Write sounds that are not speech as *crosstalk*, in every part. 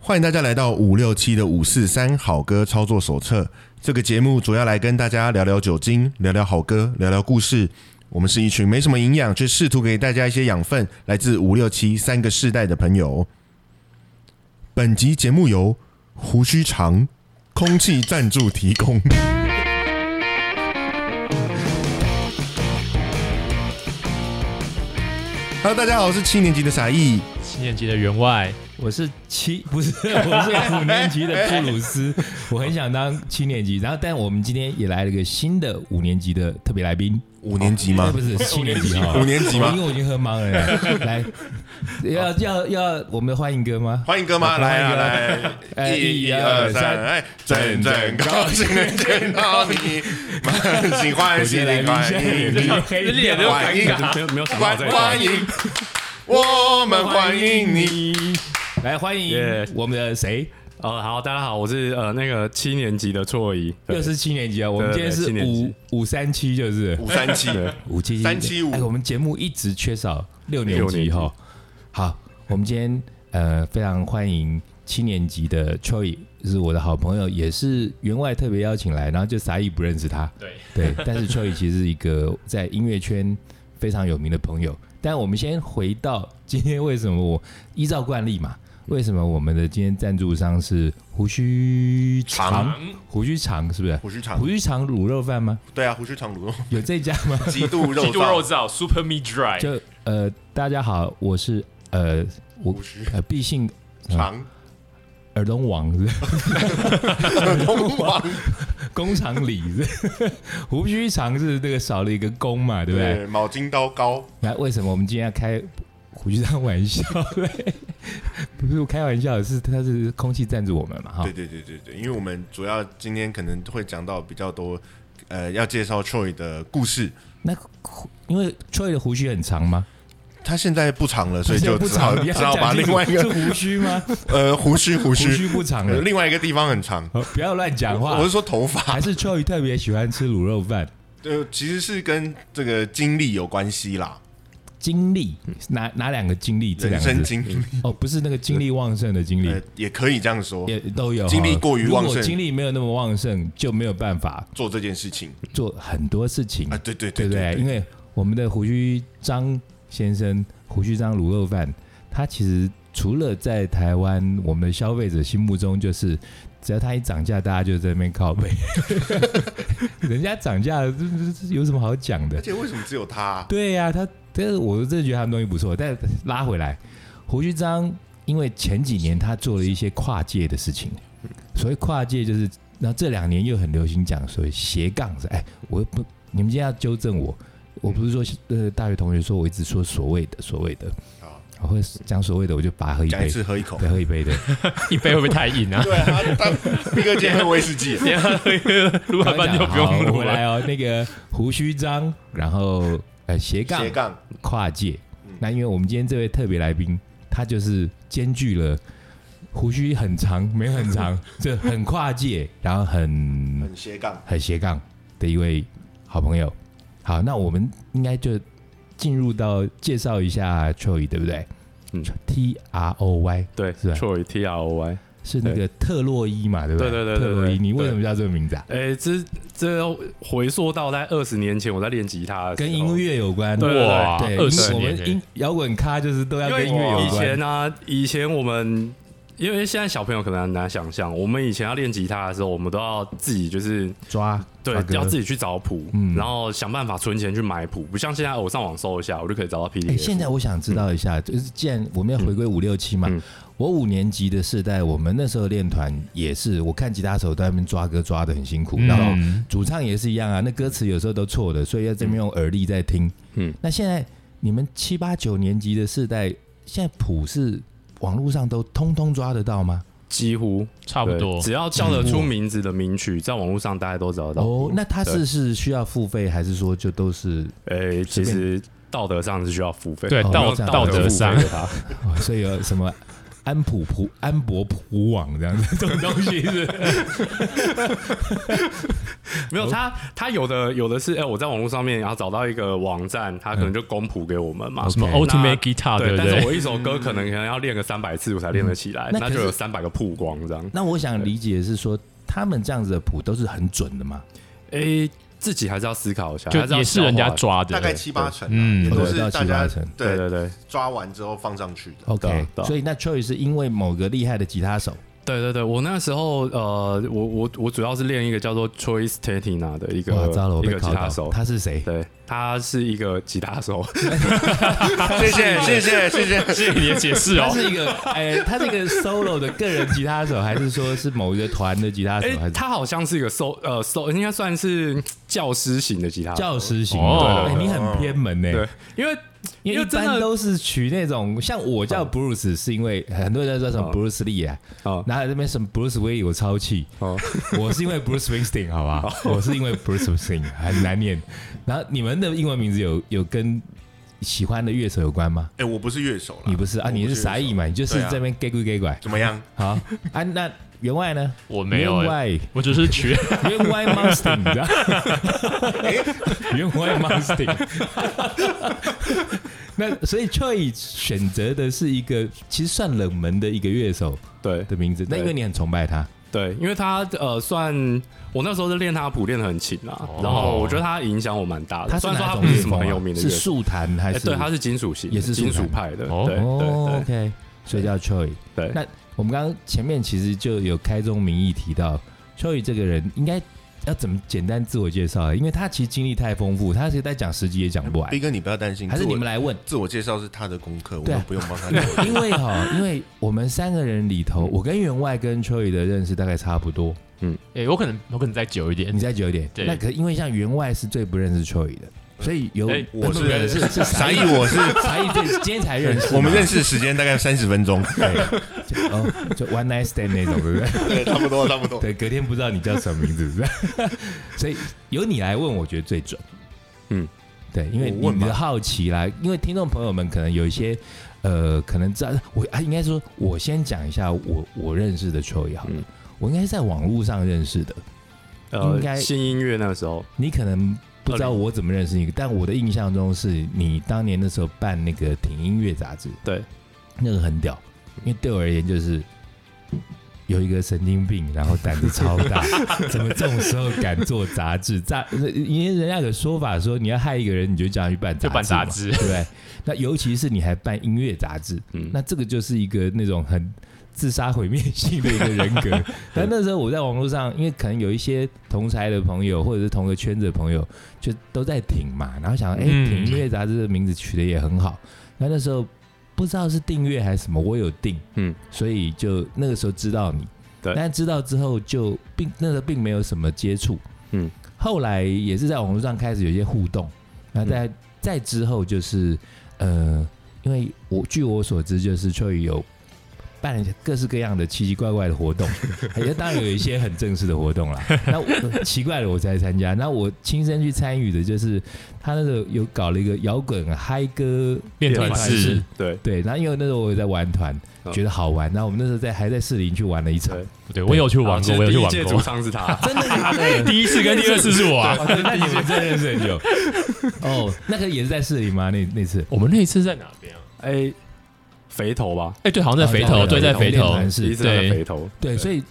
欢迎大家来到五六七的五四三好歌操作手册。这个节目主要来跟大家聊聊酒精，聊聊好歌，聊聊故事。我们是一群没什么营养，却试图给大家一些养分，来自五六七三个世代的朋友。本集节目由胡须长空气赞助提供。Hello，大家好，我是七年级的傻义。七年级的员外，我是七， *laughs* 不是，我是五年级的布鲁 *laughs* 斯。我很想当七年级，然后，但我们今天也来了个新的五年级的特别来宾，五年级吗哎不？ *laughs* 是是七年级啊，五年级吗因为我已经喝懵了。来，要要要，我们的欢迎歌吗？欢迎哥妈好来啊欢迎哥来，哎一一二二三，三哎，真正高兴能见到你，满心欢喜的欢迎你，黑 *laughs* 脸都欢迎尴没有没有想到欢这一欢块。迎，我们欢迎你。来欢迎 Yes 我们的谁？呃，好，大家好，我是呃那个七年级的错怡，对又是七年级啊，我们今天对对是七年级五五三七，就是五三七，对五七三七五哎，我们节目一直缺少六年六级年级哈。好，我们今天呃非常欢迎七年级的 Choi，是我的好朋友，也是员外特别邀请来，然后就傻意不认识他，对，对，但是 Choi 其实是一个在音乐圈非常有名的朋友。但我们先回到今天，为什么我依照惯例嘛？为什么我们的今天赞助商是胡须长长？嗯胡须长是不是？胡须长胡，须长卤肉饭吗？对啊，胡须长卤肉，有这家吗？极度肉极度肉燥，燥 Super Me 哎 *laughs* Dry，就呃，大家好，我是呃胡须呃，毕姓长，耳东王 *laughs* 是不是龙王，工厂里是不是 *laughs* 胡须长是这个少了一个工嘛，对不对？，毛巾刀高，那为什么我们今天要开胡须长玩笑嘞？ *laughs* 不是开玩笑，是他是空气赞助我们嘛哈对。对对对对，因为我们主要今天可能会讲到比较多，呃，要介绍 Troy 的故事。那胡因为 Troy 的胡须很长吗？他现在不长了，所以现就在不只好长，你只要 *laughs* 好把讲清另楚外一个是胡须吗？呃胡须胡胡须须不长呃了，另外一个地方很长。呃不要乱讲话我。是说头发，还是 Troy 特别喜欢吃卤肉饭。呃，其实是跟这个经历有关系啦，经历哪哪两个经历？这人两个生字经历， *laughs* 哦，不是那个精力旺盛的精力呃，，也可以这样说。也都有精力哈过于旺盛如果精力没有那么旺盛，就没有办法做这件事情做很多事情，啊，对对嗯对对不对？因为我们的胡须张先生，胡须张卤肉饭，他其实除了在台湾我们的消费者心目中，就是只要他一涨价，大家就在那边靠背， *laughs* 人家涨价这这这有什么好讲的而？且为什么只有他啊？对呀、他但是我真的觉得他们东西不错。但拉回来，胡须章因为前几年他做了一些跨界的事情，所谓跨界就是，然后这两年又很流行讲所谓斜杠是，哎，我又不，你们今天要纠正我，我不是说呃大学同学说我一直说所谓的所谓的，好我会讲所谓的，我就把它喝一讲一杯，次喝一口再。喝一杯的， *laughs* 一杯会不会太硬啊？对啊，他他毕哥今天喝威士忌， *laughs* 连喝一个卤 *laughs* 我老板 *laughs* 就不用我卤回来了。哦，那个胡须章，然后呃斜杠斜杠跨界嗯。那因为我们今天这位特别来宾，他就是兼具了胡须很长，没有很 *laughs* 长，这很跨界，然后很很斜杠，很斜杠的一位好朋友。好，那我们应该就进入到介绍一下 Troy，对不对？嗯 t R O Y 对是吧错怡 T R O Y。是那个特洛伊嘛，对不对对对特对洛伊，对你为什么叫这个名字啊？哎，这这要回溯到在二十年前我在练吉他的时候，跟音乐有关，对对哇对，二十我年们欸音摇滚咖就是都要因跟为音乐有以前关。啊呢，以前我们。因为现在小朋友可能很难想象，我们以前要练吉他的时候，我们都要自己就是抓对抓，歌要自己去找谱，嗯然后想办法存钱去买谱，不像现在我上网搜一下，我就可以找到 PDF 哎、。现在我想知道一下，就是既然我们要回归五六七嘛，嗯我五年级的世代，我们那时候练团也是，我看吉他手在那边抓歌抓的很辛苦，然后嗯主唱也是一样啊，那歌词有时候都错的，所以要这边用耳力在听。嗯嗯，那现在你们七八九年级的世代，现在谱是网络上都通通抓得到吗？几乎差不多对只要叫得出名字的名曲，在网络上大家都找得到。哦，那它对是是需要付费，还是说就都是？随诶、哎其便实道德上是需要付费，哦对哦道这样道德上付费的吧哦所以有什么安普普安博普网这样子这种东西是 *laughs* 没有他，他有的有的是，哎、我在网络上面然后找到一个网站，他可能就公谱给我们嘛，哦什么 OK， Ultimate 那 Guitar 对对不但是对？我一首歌可能可能要练个三百次我才练得起来，那那可就是有三百个曝光这样。那我想理解的是说，他们这样子的谱都是很准的嘛？哎、自己还是要思考一下，还 *laughs* 就也要是人家消化抓的，大概七八成啊，嗯也都是对大到家七八成对对对对抓完之后放上去的。对 OK，啊对啊所以那 Troy 是因为某个厉害的吉他手，对对对，我那时候呃，我我我主要是练一个叫做 Choice Tatina 的一个哇，糟了，我一被个吉考他到手，他是谁？对他是一个吉 *laughs* 他手，哦谢谢谢谢谢谢。谢谢你的解释他 *laughs* 哦。是一个，哎，他是一个 solo 的个人吉他手，还是说是某一个团的吉他手哎、，还是他好像是一个收呃收，应该算是教师型的吉他手教师型？哦哎，你很偏门呢。对，因为因因为为一真的般都是取那种像我叫 Bruce，是因为很多人都叫什么哦 Bruce Lee 啊，哦然后这边什么 Bruce Lee 我超气，哦我是因为 Bruce Springsteen 好吧，我是因为 Bruce Springsteen 很难念。然后你们的英文名字有有跟喜欢的乐手有关吗？哎，我不是乐手了，你不是啊？我你是乐手傻意嘛？你就是对啊这边 gay 鬼 gay 拐。怎么 *laughs* 样？好啊，那员外呢？我没员有欸外，我只是取， *laughs* 员外 Mustang，你知道？ *laughs* 员外 *laughs* Mustang。那所以 Choi 选择的是一个其实算冷门的一个乐手对啊的名字，那因为你很崇拜他，对，因为他呃算我那时候是练他谱练得很勤啊，然后我觉得他影响我蛮大的，哦他是虽然说哪他种不是什么乐风啊很有名的乐是手，竖弹还哎、是？对，他是金属型的，也是金素属材派的，哦对哦对，OK，所以叫 Choi。对对那我们刚刚前面其实就有开宗明义提到 Choi 这个人应该。要怎么简单自我介绍啊？因为他其实经历太丰富，他其实在讲十集也讲不完逼，哥，你不要担心，还是自我你们来问？自我介绍是他的功课，我对啊们不用帮他做。因为哈，因为我们三个人里头，我跟员外跟秋雨的认识大概差不多，哎，我可能我可能再久一点你，再久一点。对那可因为像员外是最不认识秋雨的，所以有哎我是不不不是是傻傻意义，，我是傻义对，今天才 *laughs* 认识嘛，我们认识时间大概三十分钟，就哦，就 one night stand 那种，对不对？ *laughs* 对，差不多差不多。对，隔天不知道你叫什 *laughs* 么名字，是吧？所以由你来问，我觉得最准。嗯，对，因为我问你吧的好奇啦，因为听众朋友们可能有一些，呃，可能知道我啊，应该说，我先讲一下我我认识的秋也好了。嗯我应该是在网络上认识的，应该呃新音乐那个时候，你可能不知道我怎么认识你，但我的印象中是你当年那时候办那个挺音乐杂志，对，那个很屌，因为对我而言就是有一个神经病，然后胆子超 *laughs* 大，怎么这种时候敢做杂志？杂，因为人家有说法说你要害一个人，你就叫他去办杂志嘛，就办杂志对不对？那尤其是你还办音乐杂志，嗯，那这个就是一个那种很自杀毁灭性的一个人格。但那时候我在网络上，因为可能有一些同才的朋友或者是同个圈子的朋友，就都在挺嘛，然后想，哎、嗯挺音乐杂志的名字取得也很好。那那时候不知道是订阅还是什么，我有订，嗯。所以就那个时候知道你。对但知道之后就并那时候并没有什么接触。嗯，后来也是在网络上开始有一些互动，然后再、嗯再之后就是呃，因为我据我所知，就是秋雨有办了各式各样的奇奇怪怪的活动， *laughs* 也当然有一些很正式的活动啦。那我奇怪的我才参加，那我亲身去参与的就是他那个有搞了一个摇滚嗨歌练团团式式，对对，然后因为那时候我有在玩团，嗯觉得好玩。然后我们那时候在还在士林去玩了一场，对对我有去玩啊其过，实我有去第一届主玩过。唱是他，真的假的？ *laughs* 第一次跟第二次是我啊，哦对那你们真的认识很久哦。那个也是在士林吗？那那次我们那一次在哪边啊？ *laughs* 哎，肥头吧，哎，对，好像在肥哦头，对对，在肥练头，团第一是，次的对肥头，对，所以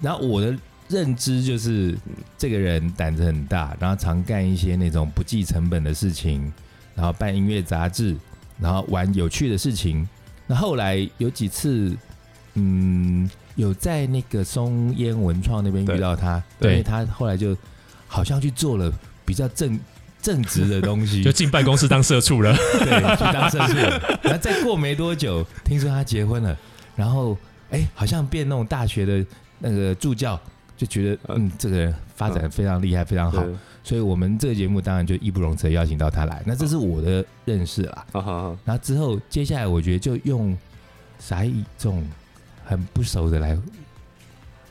然后我的认知就是这个人胆子很大，然后常干一些那种不计成本的事情，然后办音乐杂志，然后玩有趣的事情。那后来有几次，嗯，有在那个松烟文创那边对遇到他，对因为他后来就好像去做了比较正正直的东 *laughs* 西，就进办公室当社畜了。对，去当社畜了。 *laughs* 然后再过没多久，听说他结婚了，然后哎，好像变那种大学的那个助教，就觉得呃嗯，这个人发展非常厉害，非常好。对所以我们这个节目当然就义不容辞地邀请到他来。那这是我的认识啦。啊哈哈，然后之后，接下来我觉得就用啥一种很不熟的来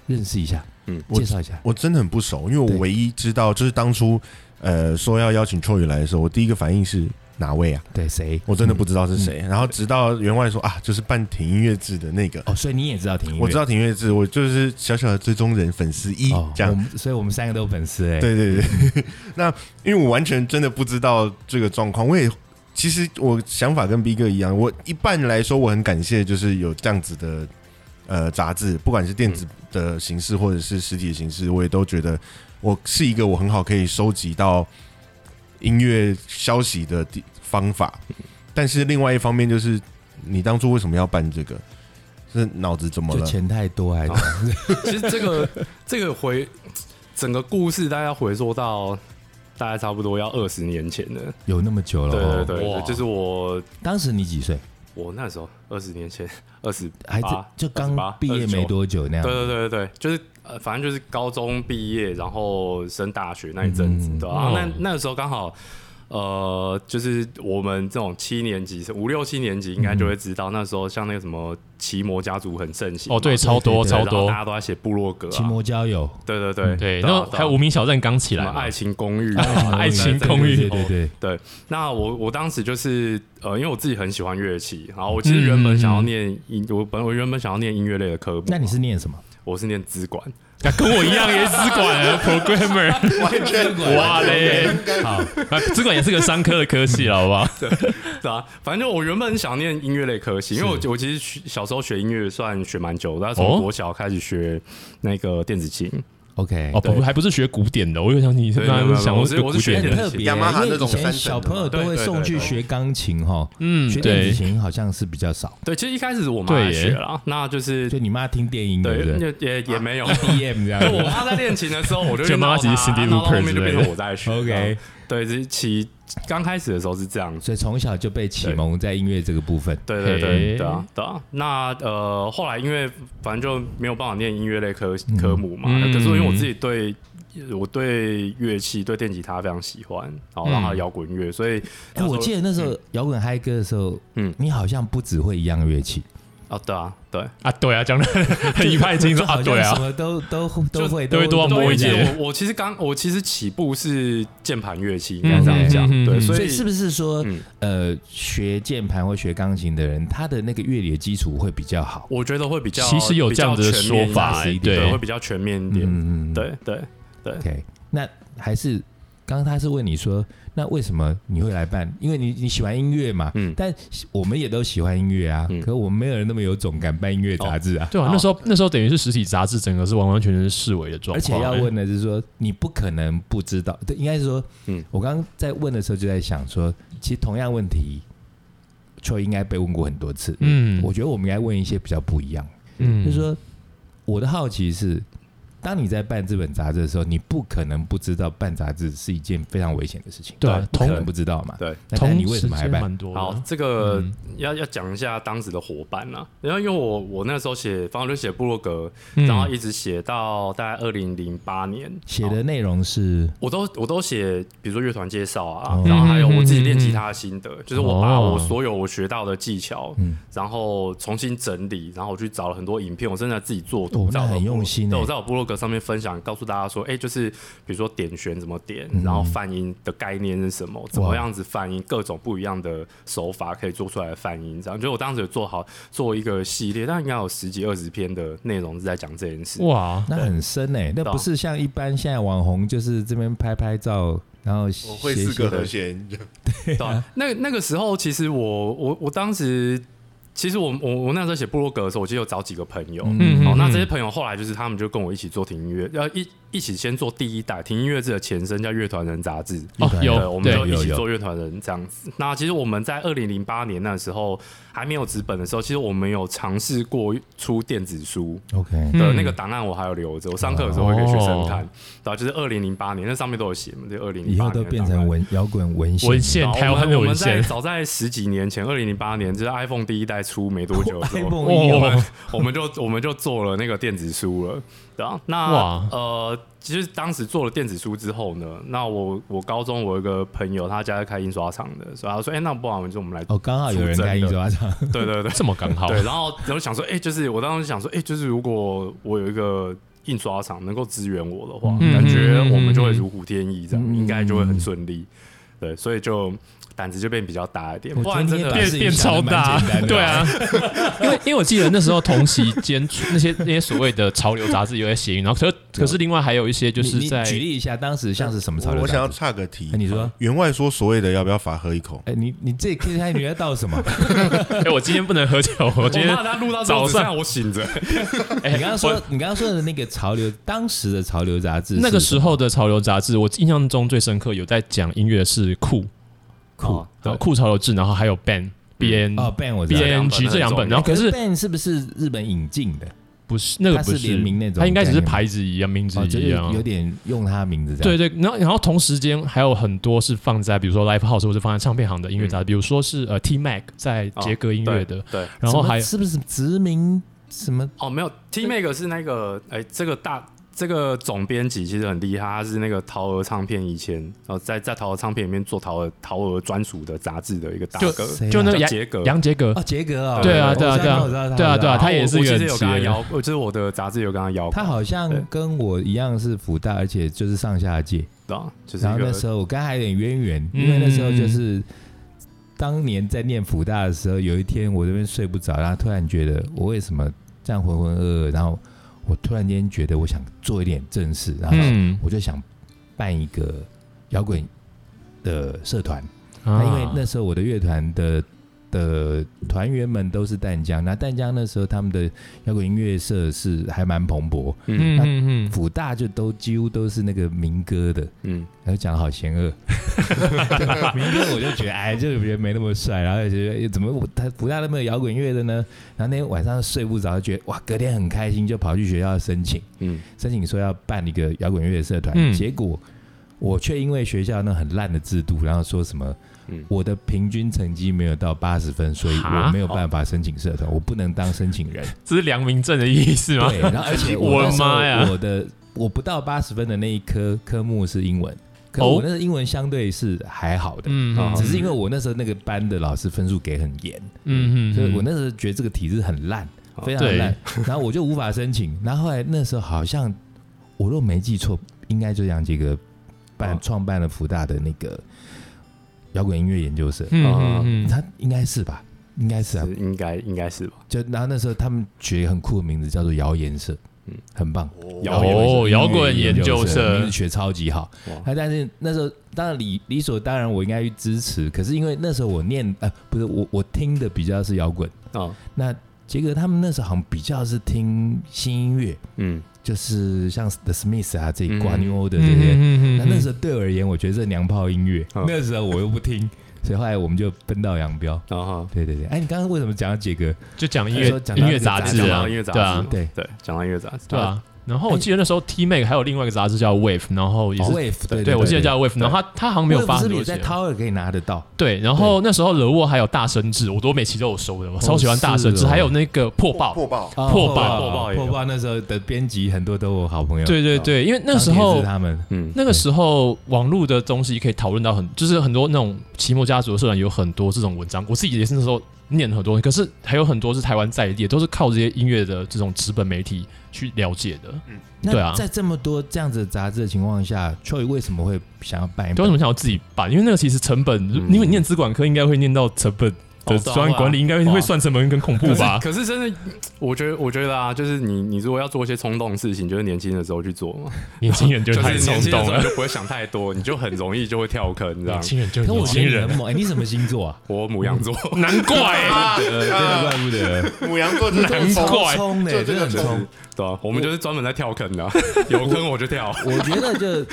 认识一下，嗯介绍一下。我真的很不熟，因为我对唯一知道就是当初呃说要邀请秋雨来的时候，我第一个反应是哪位啊？对谁？我真的不知道是嗯谁。然后直到员外说啊，就是办挺音乐制的那个，哦，所以你也知道听音乐，我知道挺音乐制，我就是小小的追踪人粉丝一、哦，这样我。们所以我们三个都有粉丝哎，对对对， *laughs* 那因为我完全真的不知道这个状况，我也其实我想法跟 B 哥一样，我一半来说我很感谢，就是有这样子的呃杂志，不管是电子的形式或者是实体的形式，我也都觉得我是一个我很好可以收集到音乐消息的地方法。但是另外一方面就是，你当初为什么要办这个？是脑子怎么就了？钱太多哦还是 *laughs* 其实这个这个回整个故事，大概回溯到大概差不多要二十年前了。有那么久了哦？对对对哇对，就是我当时你几岁？我那时候二十年前二十还是八，就28刚毕业没。多久那29样？对对对对对，就是呃，反正就是高中毕业，然后升大学那一阵子，嗯对啊，那哦那个时候刚好。呃，就是我们这种七年级、五六七年级，应该嗯就会知道，那时候像那个什么奇摩家族很盛行嘛哦，对，超多对然后超多嗯大，家都在写部落格、啊，奇摩交友，对对对对，啊然后对啊还有无名小站刚起什来么嘛，哦爱情公寓，爱情公寓对对对， *laughs* 对，那我我当时就是呃，因为我自己很喜欢乐器，然后我嗯其实原本想要念音，我本我原本想要念音乐类的科目，那你是念什么？我是念资管，啊跟我一样也是资管 *laughs* 啊 programmer，完全哇嘞，好，啊资管也是个商科的科系了，好不好？ *laughs* 对啊，反正我原本想念音乐类科系，因为我我其实学小时候学音乐算学蛮久的，但哦从国小开始学那个电子琴， OK，哦，不，还不是学古典的，我又想你是对没有刚没刚有想我过是个我古是学典电子的，特琴别，雅马哈因为那种以前三层的小朋友都会送去学钢琴哈，嗯学，电对子，琴好像是比较少。对，其实一开始是我妈对来耶学啦，那就是就你妈听电音对对不对 *laughs* 也也也没有。 ？PM 这样就我子妈在练琴的时候，我就就去妈闹其实是她 Cindy 闹到后 Lauper 面就之类变的成我在学。嗯，OK，对，只是起刚开始的时候是这样子。所以从小就被启蒙在音乐这个部分。对对对嘿对啊对啊，那呃后来因为反正就没有办法念音乐类科、科目嘛，嗯可是因为我自己对我对乐器、对电吉他非常喜欢，然后嗯让他摇滚乐，所以哎，我记得得那时候摇滚嗨歌的时候，嗯嗯，你好像不只会一样乐器，啊对啊对，啊，对啊，讲 *laughs* 的很一派轻松就啊，好像对什啊，么都都都会都会多按对摩一因节为我我其实刚我其实起步是键盘乐器，应该这嗯样嗯讲，嗯对，嗯所所以以是不是说，嗯呃，学键盘或学钢琴的人，他的那个乐理的基础会比较好？我觉得会比较其实有比这样较子的全说面一法，点哎对，对会，比较全面一点，嗯，对对。 ，OK。那还是刚刚他是问你说，那为什么你会来办？因为你你喜欢音乐嘛，嗯但我们也都喜欢音乐啊，嗯哦可我们没有人那么有种敢办音乐杂志啊。对啊，那时候那时候等于是实体杂志整个是完完全全是视为的状而且况，要哎问的是说，你不可能不知道，对，应该是说，嗯嗯，我刚刚在问的时候就在想说，其实同样问题，就应该被问过很多次，嗯，我觉得我们应该问一些比较不一样。嗯就是说，我的好奇是，当你在办这本杂志的时候，你不可能不知道办杂志是一件非常危险的事情，对啊不可能同不知道嘛。对，那但嗯同你为什么还时间办？蛮多的好，这个嗯要、要讲一下当时的伙伴啦、然后因为我我那时候写，反正我就写部落格，嗯然后一直写到大概二零零八年写。然后的内容是我都我都写，比如说乐团介绍啊，哦然后还有嗯嗯嗯我自己练吉他的心得，就是我把哦我所有我学到的技巧，嗯然后重新整理，然后我去找了很多影片，我真的自己做哦图，在那我的很部落用心欸对，我在我部落格上面分享，告诉大家说，哎，就是比如说点旋怎么点嗯，然后泛音的概念是什么，怎哇么样子泛音，各种不一样的手法可以做出来的泛音，这样。就我当时有做好做一个系列，但应该有十几二十篇的内容是在讲这件事。哇，那很深诶、那对啊不是像一般现在网红就是这边拍拍照，然后我会写四个写和弦，对 *laughs* 啊、那那个时候其实我我我当时。其实我我我那时候写部落格的时候，我就有找几个朋友，嗯嗯，好、嗯那嗯这些朋友后来就是他们就跟我一起做听音乐，要一一起先做第一代听音乐志的前身叫乐团人杂志，哦对对，我有们就对一有起有做乐团人这样子。那其实我们在二零零八年那时候还没有纸本的时候，其实我们有尝试过出电子书 OK，嗯的那个档案，我还有留着。我上课的时候会给学生看哦，然后就是二零零八年，那上面都有写嘛，就二零零以八后年都的变档成案文摇滚文献文献然后台我湾们的我们文在献，早在十几年前，二零零八年，就是 iPhone 第一代出没多久的时候， iPhone 一我哦们我们就我们就做了那个电子书了，对啊。那哇呃，其实当时做了电子书之后呢，那我我高中我有一个朋友，他家在开印刷厂的，所以他说，哎、那不然我们就我们来，哦，刚好有人开印刷厂，对对对。 *laughs* *laughs* 这么刚好，对，然后然后想说，哎、就是我当时想说，哎、就是如果我有一个印刷厂能够支援我的话，嗯感觉我们就会如虎添翼，这样、嗯应该就会很顺利。对，所以就胆子就变比较大一点，我不然觉得真你也的把变事情变想超得蛮大简 *laughs* 单，的对 *laughs* 啊，因为因为我记得那时候同期间那些那些所谓的潮流杂志有在写运动，然后可可是另外还有一些就你是你在举例一下，当时像是什么潮我流我杂志？想要岔个题哎，，你说，啊员外说所谓的要不要法喝一口？哎，你你这可以看你要到什么？哎，我今天不能喝酒，我今我天怕他录到早早上上我醒着， *laughs* 哎，你刚刚说你刚刚说的那个潮流，当时的潮流杂志是那个时候的潮流杂志，我印象中最深刻有在讲音乐是酷 *laughs* 酷呃 *laughs* 酷潮流志，然后还有 ban b n 哦，Ban 我知 b 道。 n g 这两本，然后可是 Ban 是不是日本引进的？不是那个它不是联名那种它应该只是概念吗牌子一样，名字哦，就是一样啊，有点用他名字这样。对对，然后然后同时间还有很多是放在比如说 live house 或者放在唱片行的音乐嗯杂志，比如说是呃 T Mac 在杰格音乐的，对。然后哦什么还有是不是殖民什么？哦，没有，T Mac 是那个，哎、这个大这个总编辑其实很厉害，他是那个桃儿唱片以前，然后在在桃儿唱片里面做桃儿桃儿专属的杂志的一个大就哥，谁啊就那个叫杨杰格。杨杰格哦，，杰格哦，对啊对啊我知道对啊我知道对啊我知道对啊他也我是我个其实有跟他杰邀，呃就是我的杂志有跟他邀过，他好像跟我一样是福大，而且就是上下届。对啊就是然一后那时个候我跟他还有点渊源，嗯因为那时候就是当年在念福大的时候，有一天我这边睡不着，然后突然觉得我为什么这样浑浑噩噩，然后我突然间觉得我想做一点正事，然后嗯，我就想办一个摇滚的社团。啊那因为那时候我的乐团的的团员们都是淡江，那淡江那时候他们的摇滚音乐社是还蛮蓬勃，嗯嗯嗯嗯，辅大就都几乎都是那个民歌的，嗯，然后讲的好邪恶， *laughs* 民歌我就觉得哎，就是觉得没那么帅，然后就觉得哎怎么我他辅大都没有摇滚乐的呢？然后那天晚上睡不着，就觉得哇，隔天很开心，就跑去学校申请，嗯申请说要办一个摇滚乐社团，嗯结果我却因为学校那很烂的制度，然后说什么嗯我的平均成绩没有到八十分，所以哈我没有办法申请社团，我不能当申请人。这是良民证的意思吗？对，然后而 *laughs* 且我我的那时候妈呀我的我不到八十分的那一科科目是英文，可哦我那个英文相对是还好的，嗯好哦只是因为我那时候那个班的老师分数给很严，嗯嗯，哦所以我那时候觉得这个体制很烂，好非常 *laughs* 烂，然后我就无法申请。然后后来那时候好像我若没记错，应该就杨杰哥办哦好创办了福大的那个摇滚音乐研究社，嗯嗯嗯，他应该是吧？应该是啊，是应该应该是吧？就然后那时候他们取了一个很酷的名字叫做谣言社，嗯嗯，很棒。摇哦社摇滚研究社哦名字学超级好哇。那但是那时候当然理理所当然我应该去支持，可是因为那时候我念呃不是我我听的比较是摇滚，啊，那杰哥他们那时候好像比较是听新音乐，嗯，就是像 The Smith 啊这一挂嗯 New Order 这些。嗯那那时候对我而言，我觉得这娘炮音乐，嗯那时候我又不听，所以后来我们就分道扬镳。然后对对对，哎，你刚刚为什么讲到杰哥？就讲音那时候乐讲到哎音乐杂志讲啊，到音乐杂对啊志，对对，讲到音乐杂志，对啊。然后我记得那时候 T Mac 还有另外一个杂志叫 Wave，然后也是 Wave，对哦对，我记得叫 Wave，然后他他好像没有发是很不是多也在钱 Tower 可以拿得到？对，然后那时候惹沃还有大生志，我都每期都有收的，我超喜欢大生是志，哦还有那个破报。破爆，哦破报破报也有破报那时候的编辑很多都我好朋友，对对对，因为那张铁志时候他们嗯，那个时候网络的东西可以讨论到很，就是很多那种奇摩家族的社团有很多这种文章，我自己也是那时候念很多，可是还有很多是台湾在地的，都是靠这些音乐的这种纸本媒体去了解的。那对啊在这么多这样子的杂志的情况下，Troy 为什么会想要办一对，本为什么想要自己办？因为那个其实成本，嗯因为你念资管科应该会念到成本的哦专案管理，应该会算成本跟恐怖可是吧？可是真的，我觉得我觉得啊，就是你你如果要做一些冲动的事情，就是年轻的时候去做嘛，年轻人就就是太年轻冲的时动候了你，就不会想太多，你就很容易就会跳坑，你知道年吗？轻人就可年我觉轻得你 *laughs* 人很，猛，哎，你什么星座啊？我母羊座，嗯难怪。呃， *laughs* 真的怪不得，母羊座真的难怪超冲的，就真这的个很冲。 *laughs* 对啊，我们就是专门在跳坑的 *laughs* 啊，有坑我就跳。 *laughs* 我觉得就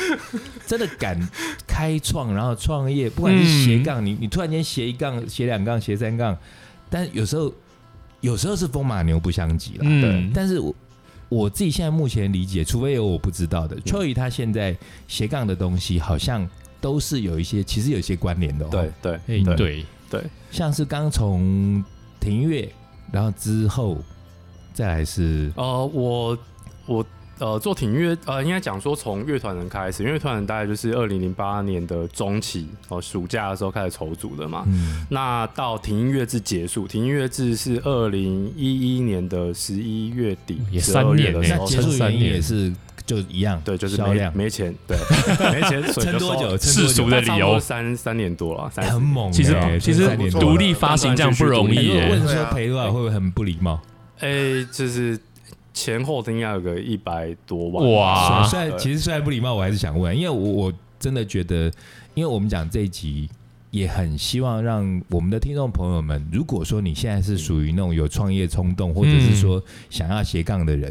真的敢开创，然后创业，不管是斜嗯杠，你你突然间斜一杠、斜两杠、斜三杠，但有时候有时候是风马牛不相及了。嗯对，但是我我自己现在目前理解，除非有我不知道嗯的，Choi 他现在斜杠的东西好像都是有一些，其实有一些关联的、哦。对，对，哎，对对，像是刚从庭乐，然后之后再来是呃，我我呃做挺乐呃，应该讲说从乐团人开始，因为乐团人大概就是二零零八年的中期哦、暑假的时候开始筹组的嘛。嗯，那到停音乐制结束，停音乐制是二零一一年的十一月底，也12三年月的嘞时那候哦结撑束三原因年也是就一样，对，就是欸销没量没钱，对， *laughs* 没钱，所以撑就多收久？撑世多久俗的理差不由多三三年多了，三很猛欸，其实对其这实三年多独了立发行这样不容易哎如果耶问。对说啊赔多少会不会很不礼貌？哎、就是前后应该有个一百多万。哇啊虽然对其实虽然不礼貌，我还是想问，因为我我真的觉得，因为我们讲这一集。也很希望让我们的听众朋友们，如果说你现在是属于那种有创业冲动，或者嗯是说想要斜杠的人，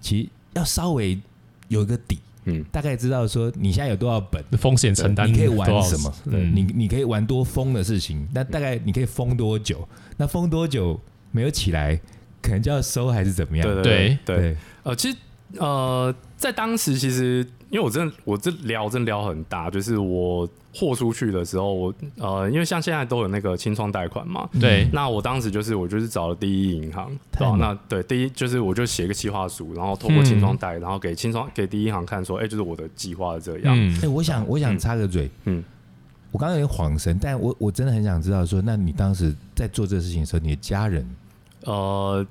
其实要稍微有一个底，嗯，大概知道说你现在有多少本，风险承担你可以玩多少什么？嗯对你你可以玩多疯的事情，那大概你可以疯多久？那疯多久没有起来，可能就要收还是怎么样？对对对对对，呃，其实呃，在当时其实，因为我真的我这聊真的聊很大，就是我豁出去的时候，我呃，因为像现在都有那个清创贷款嘛，嗯对那我当时就是我就是找了第一银行，太对猛吧、嗯那对第一就是我就写个计划书，然后透过清创贷，然后给清创给第一银行看说，哎、就是我的计划是这样，嗯哎、，我想我想插个嘴，嗯嗯，我刚刚有点恍神，但我我真的很想知道说，那你当时在做这个事情的时候，你的家人呃，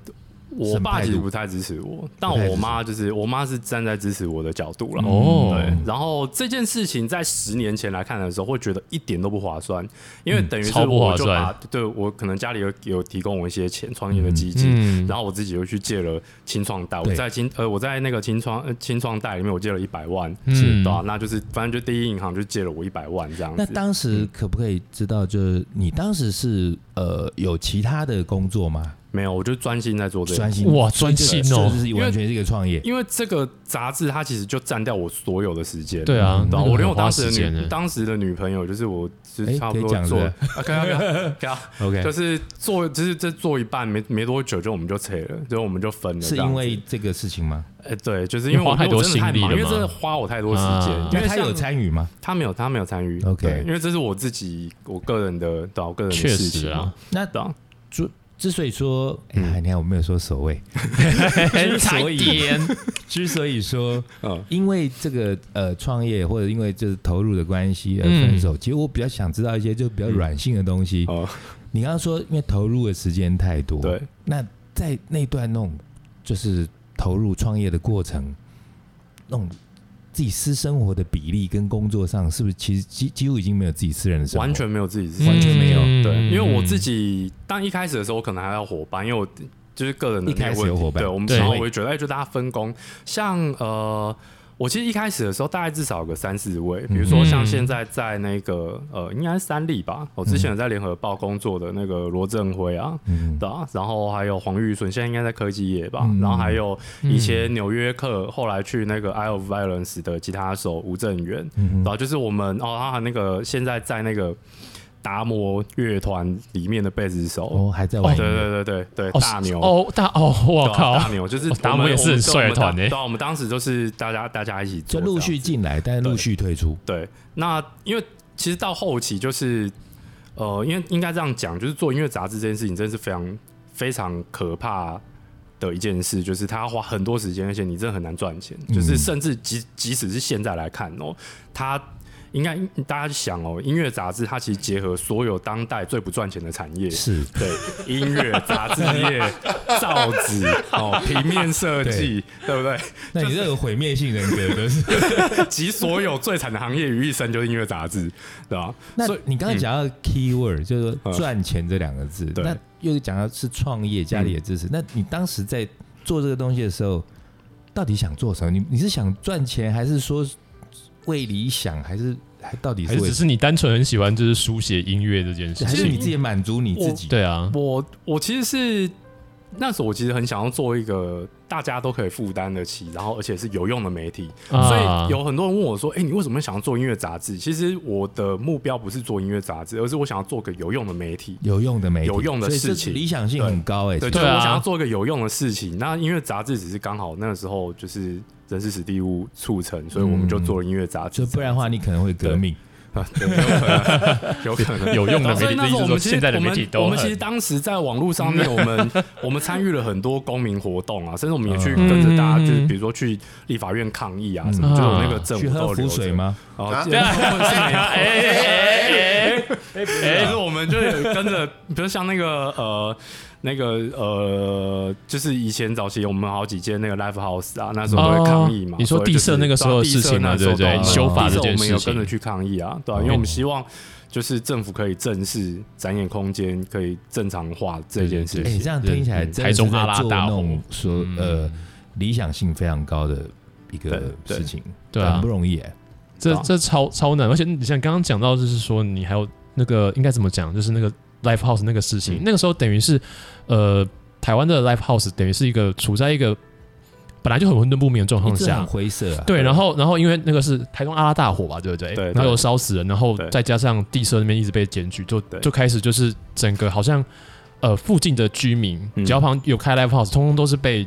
我什么爸态其实度不太支持我，但不太支持我妈就是我妈是站在支持我的角度了。哦，然后这件事情在十年前来看的时候，会觉得一点都不划算，因为等于是超不划我就把算对我可能家里有有提供我一些钱创业的基金，嗯，然后我自己又去借了清创贷，我对在清呃我在那个清创呃清创贷里面我借了一百万，嗯是对啊，那就是反正就第一银行就借了我一嗯百万这样那子。当时可不可以知道，就是你当时是呃有其他的工作吗？没有，我就专心在做这个专心哇所以这专心哦这就是完全是一个创业。因为这个杂志它其实就占掉我所有的时间。对啊对那哦个我连很我花当时时间的欸女当时的女朋友，就是我，就哎是差不可以多讲做，是啊，可以啊，可以啊可以啊， OK，就是做，就是这做一半没没多久，就我们就拆了，就我们就分了这是样子。因为这个事情吗？哎，对，就是因为你花我太多我真的心力忙了因为吗真的花我太多时间啊。因为那他像有参与吗？他没有，他没有参与。 OK 对因为这是我自己我个人的，对啊，我个人的确事实情啊 *laughs* 嘛。，那对啊，之所以说，哎、呀，你看我没有说所谓，很 *laughs* 所踩以点，之所以说嗯，因为这个呃创业或者因为就是投入的关系而嗯分手，其实我比较想知道一些就比较软性的东西。哦，你刚刚说因为投入的时间太多，对，那在那段那种就是投入创业的过程，那种自己私生活的比例跟工作上，是不是其实几几乎已经没有自己私人的生活？完全没有自己是完全没有嗯对，因为我自，己当一开始的时候，我可能还要伙伴，因为我就是个人的一开始那个问题有伙伴对我们对然后我就觉得哎，就大家分工，像呃。我其实一开始的时候，大概至少有个三四位，嗯比如说像现在在那个、呃，应该是三立吧，我之嗯前有在联合报工作的那个罗振辉啊，嗯对啊，然后还有黄玉顺，现在应该在科技业吧，嗯然后还有以嗯前纽约客，后来去那个 Isle of Violence 的吉他手吴正元，嗯然哼后就是我们哦，他那个现在在那个达摩乐团里面的贝斯手，哦，还在玩对对对对对，哦大牛。哦大哦，我对啊靠大，牛就是哦达摩我们也是很帅的团我们欸对啊，我们当时就是大家大家一起就做这样，陆续进来，但是陆续退出。对。那因为其实到后期就是，呃，因为应该这样讲，就是做音乐杂志这件事情，真的是非常非常可怕的一件事，就是它要花很多时间，而且你真的很难赚钱。嗯就是甚至即即使是现在来看哦，它应该大家去想哦，音乐杂志它其实结合所有当代最不赚钱的产 *laughs* 业，是，对，音乐、杂志业、造纸哦，平面设计，对不对？那你这个毁灭性人格都 *laughs* 是。集所有最惨的行业于一身，就是音乐杂志，对吧？那所以你刚刚讲到 key word，、就是说赚钱这两个字，对那又讲到是创业，家里的支持。那你当时在做这个东西的时候，到底想做什么？你你是想赚钱，还是说为理想，还是还到底还是是为只？是你单纯很喜欢就是书写音乐这件事还情？是你自己满足你自己？对 *laughs* 啊，我我其实是那时候我其实很想要做一个大家都可以负担得起，然后而且是有用的媒体，所啊以有很多人问我说：“哎、你为什么想要做音乐杂志？”其实我的目标不是做音乐杂志，而是我想要做个有用的媒体。有用的媒体，有用的所以这事情理想性很高哎、对，欸。就是对啊我想要做一个有用的事情。那因为杂志只是刚好那个时候嗯就是人事史地物促成，所以我们就做了音乐杂志。所以不然的话，你可能会革命。啊， *laughs* 对有可能，有可能。有用的媒所体，以那这意时候我思说们其实现在的我媒们体都我们其很嗯实当时在网络上面，我们我们参与了很多公民活动啊，甚至我们也去嗯跟着大家，嗯就是嗯比如说去立法院抗议啊嗯什么，就有那个政去府都喝有浮留着水？吗？哦啊，这样是没有哎哎哎哎，就是我们就有跟着，比如像那个呃，那个呃，就是以前早期我们好几间那个 live house 啊，那时候都会抗议嘛。哦你说所以就是地社那个时候的事情嘛对啊地社那时候对不对都有修法这地件事情社我们有跟着去抗议啊，对啊，因为我们希望就是政府可以正视展演空间可以正常化这件事哎、情。这样听起来嗯真台的是中阿在拉做大那种红说呃理想性非常高的一个嗯对对事情，对啊很不容易哎。这对啊这超超难，而且你像刚刚讲到，就是说你还有那个应该怎么讲，就是那个 live house 那个事情，嗯那个时候等于是呃台湾的 live house 等于是一个处在一个本来就很混沌不明的状况这下很，灰色啊，对，然后然后因为那个是台中阿拉大火吧，对不对？对然后对有烧死人，然后对再加上地社那边一直被检举，就对就开始就是整个好像呃附近的居民，嗯只要旁有开 live house，通通都是被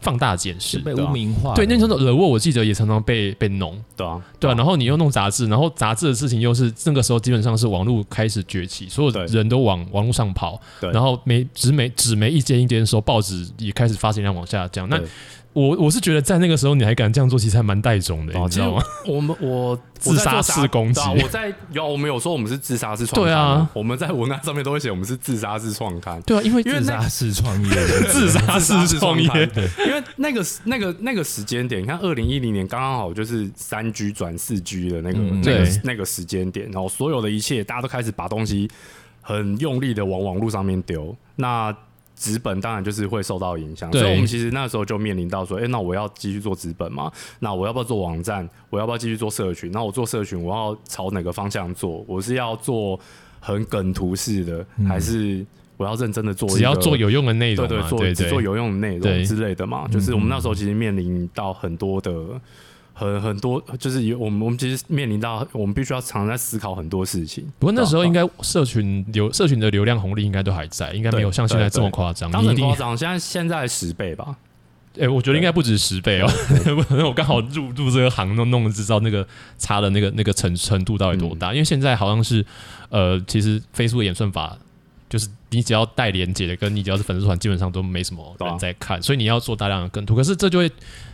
放大检是视。被对污啊名化了。对，那时候的惹沃我记得也常常被被弄，对啊，对啊，然后你又弄杂志，然后杂志的事情又是那个时候基本上是网络开始崛起，所有对人都往网络上跑，对然后媒纸媒纸媒一间一间的时候，报纸也开始发行量往下降。那对我我是觉得在那个时候你还敢这样做，其实还蛮带种的，哦你知道吗？我们我 *laughs* 自杀式攻击我在做杂对啊我在有我们有说我们是自杀式创对刊啊嘛，我们在文案上面都会写我们是自杀式创刊，对啊，因为因为自那杀式创业，自杀式创业，因为那个时那个那个时间点，你看二零一零年刚刚好就是三 G 转四 G 的那个、嗯那对个那个时间点，然后所有的一切大家都开始把东西很用力的往网络上面丢，那纸本当然就是会受到影响，对所以我们其实那时候就面临到说，哎、那我要继续做纸本吗？那我要不要做网站？我要不要继续做社群？那我做社群，我要朝哪个方向做？我是要做很梗图式的，还是我要认真的做一个？嗯只要做有用的内容对对嘛，，做对只做有用的内对嗯容之类的嘛。就是我们那时候其实面临到很多的。很很多就是有我们我们其实面临到我们必须要常常在思考很多事情。不过那时候对啊应该社群流社群的流量红利应该都还在，应该没有对像现在对这么对夸张。当你时很一定夸张，现在现在十倍吧，哎、我觉得应该不止十倍哦，可能 *laughs* 我刚好入入这个行，弄弄知道那个差的那个那个程程度到底多大。嗯因为现在好像是，呃，其实飞速的演算法就是你只要带连接的，跟你只要是粉丝团，基本上都没什么对啊人在看，所以你要做大量的跟图。可是这就会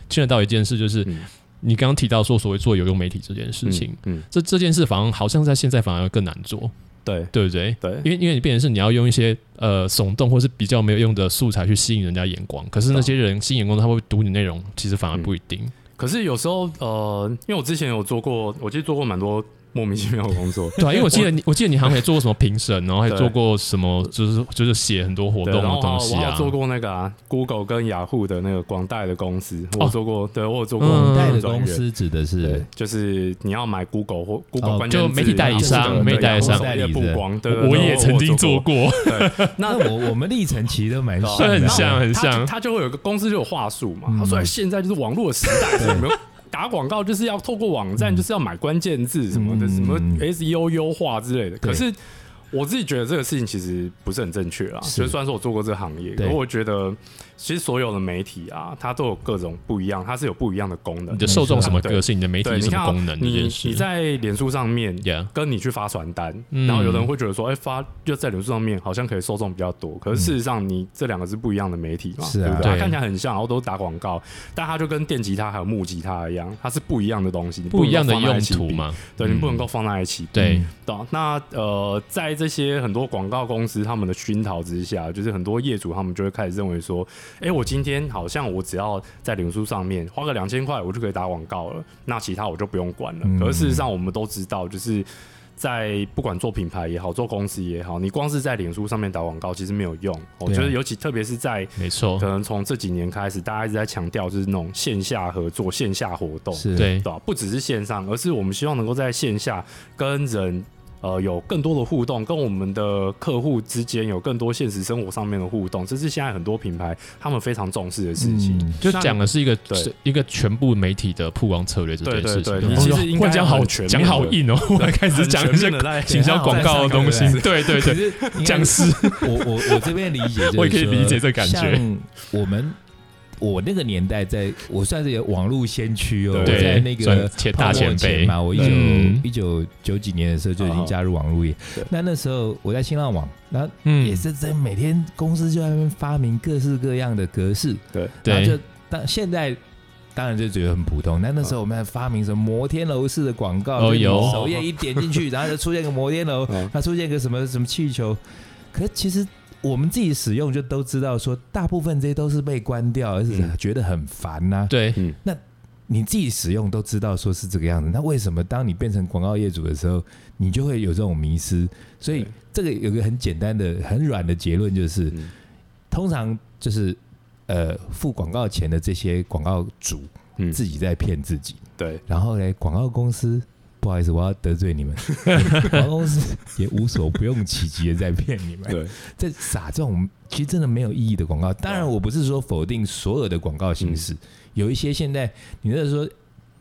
牵扯到一件事，就是、嗯你刚刚提到说所谓做有用媒体这件事情，嗯，嗯，这这件事反而好像在现在反而更难做，对对不对？对因为因为你变成是你要用一些呃耸动或是比较没有用的素材去吸引人家眼光，可是那些人吸引眼光，他会读你内容，其实反而嗯不一定。，可是有时候呃，因为我之前有做过，我其实做过蛮多莫名其妙的工作对啊，因为我 *laughs* 记得你，我记得你好像也做过什么评审，然后还做过什么，就是就是写很多活对，动然后的我东还西我还啊有。做过那个啊，Google 跟雅虎的那个广代的公司，我哦有做过，对我有做过 *laughs* 嗯代的专公员司指的对是，就是你要买 Google 或 Google 哦关键字就媒体代理商然后是媒体代理商对然后是曝光，对，对我对也曾经做做。过，那我我们历程其实都蛮像对的，啊 *laughs* 很像很他像嗯就他就会有个公司就有话术嘛，他说哎现在就是网络的时代，所以你们打广告就是要透过网嗯站，就是要买关键字什么的，嗯什么 SEO 优化之类的。对可是我自己觉得这个事情其实不是很正确啦。是就虽然说我做过这个行业，对可我觉得其实所有的媒体啊，它都有各种不一样，它是有不一样的功能你的。受众什么对个性，你的媒体对，是你什看么啊哦功能这你件你事。在脸书上面 Yeah 跟你去发传单，嗯然后有人会觉得说，哎、发就在脸书上面好像可以受众比较多，可是事实上你这两个是不一样的媒体嘛，是啊对不对？嗯对它看起来很像，然后都打广告，但它就跟电吉他还有木吉他一样，它是不一样的东西，你不一能样的够放在用一起途比，嘛，对，你不能嗯够放在一起比。对对啊、那呃，在这些很多广告公司他们的熏陶之下，就是很多业主他们就会开始认为说，哎、我今天好像我只要在脸书上面花个两千块，我就可以打广告了，那其他我就不用管了。嗯可是事实上，我们都知道，就是在不管做品牌也好，做公司也好，你光是在脸书上面打广告其实没有用。我对啊觉得尤其特别是在没错可，能从这几年开始，大家一直在强调就是那种线下合作、线下活动。是，对对、吧？不只是线上，而是我们希望能够在线下跟人呃有更多的互动，跟我们的客户之间有更多现实生活上面的互动，这是现在很多品牌他们非常重视的事情。嗯就讲的是一个对是一个全部媒体的曝光策略这对件对事情。哦对你我其说实应哇该讲很好全讲面好的硬哦，我还开始讲一些在行销广告的东西对。对对可对，是讲师 *laughs* 我我我这边理解就是说，我也可以理解这感觉像我们我那个年代在，我算是有网络先驱哦，我对在那算个前泡沫大前辈嘛，我一九嗯一九九几年的时候就已经加入网络业对。那那时候我在新浪网，然后嗯也是在每天公司就在那边发明各式各样的格式，对，然后对就当现在当然就觉得很普通，但那时候我们还发明什么摩天楼式的广告，哦就是你有首页一点进 *laughs* 去，然后就出现个摩天楼，嗯它出现个什么什么气球，可是其实。我们自己使用就都知道，说大部分这些都是被关掉，而是嗯觉得很烦呐、啊对你自己使用都知道说是这个样子，那为什么当你变成广告业主的时候，你就会有这种迷失？所以对这个有个很简单的、很软的结论，就是嗯通常就是呃付广告钱的这些广告主嗯，自己在骗自己，对，然后嘞，广告公司。不好意思，我要得罪你们。广告公司也无所不用其极的在骗你们，对，在撒这种其实真的没有意义的广告。当然，我不是说否定所有的广告形式，有一些现在你那时候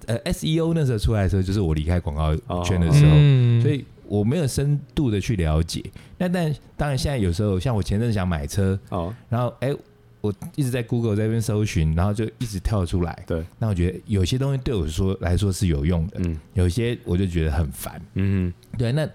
呃 SEO 那时候出来的时候，就是我离开广告圈的时候，嗯所以我没有深度的去了解。那但当然，现在有时候像我前阵子想买车，哦，然后哎、我一直在 Google 在那边搜寻，然后就一直跳出来。对，那我觉得有些东西对我说来说是有用的，嗯有些我就觉得很烦。嗯对，那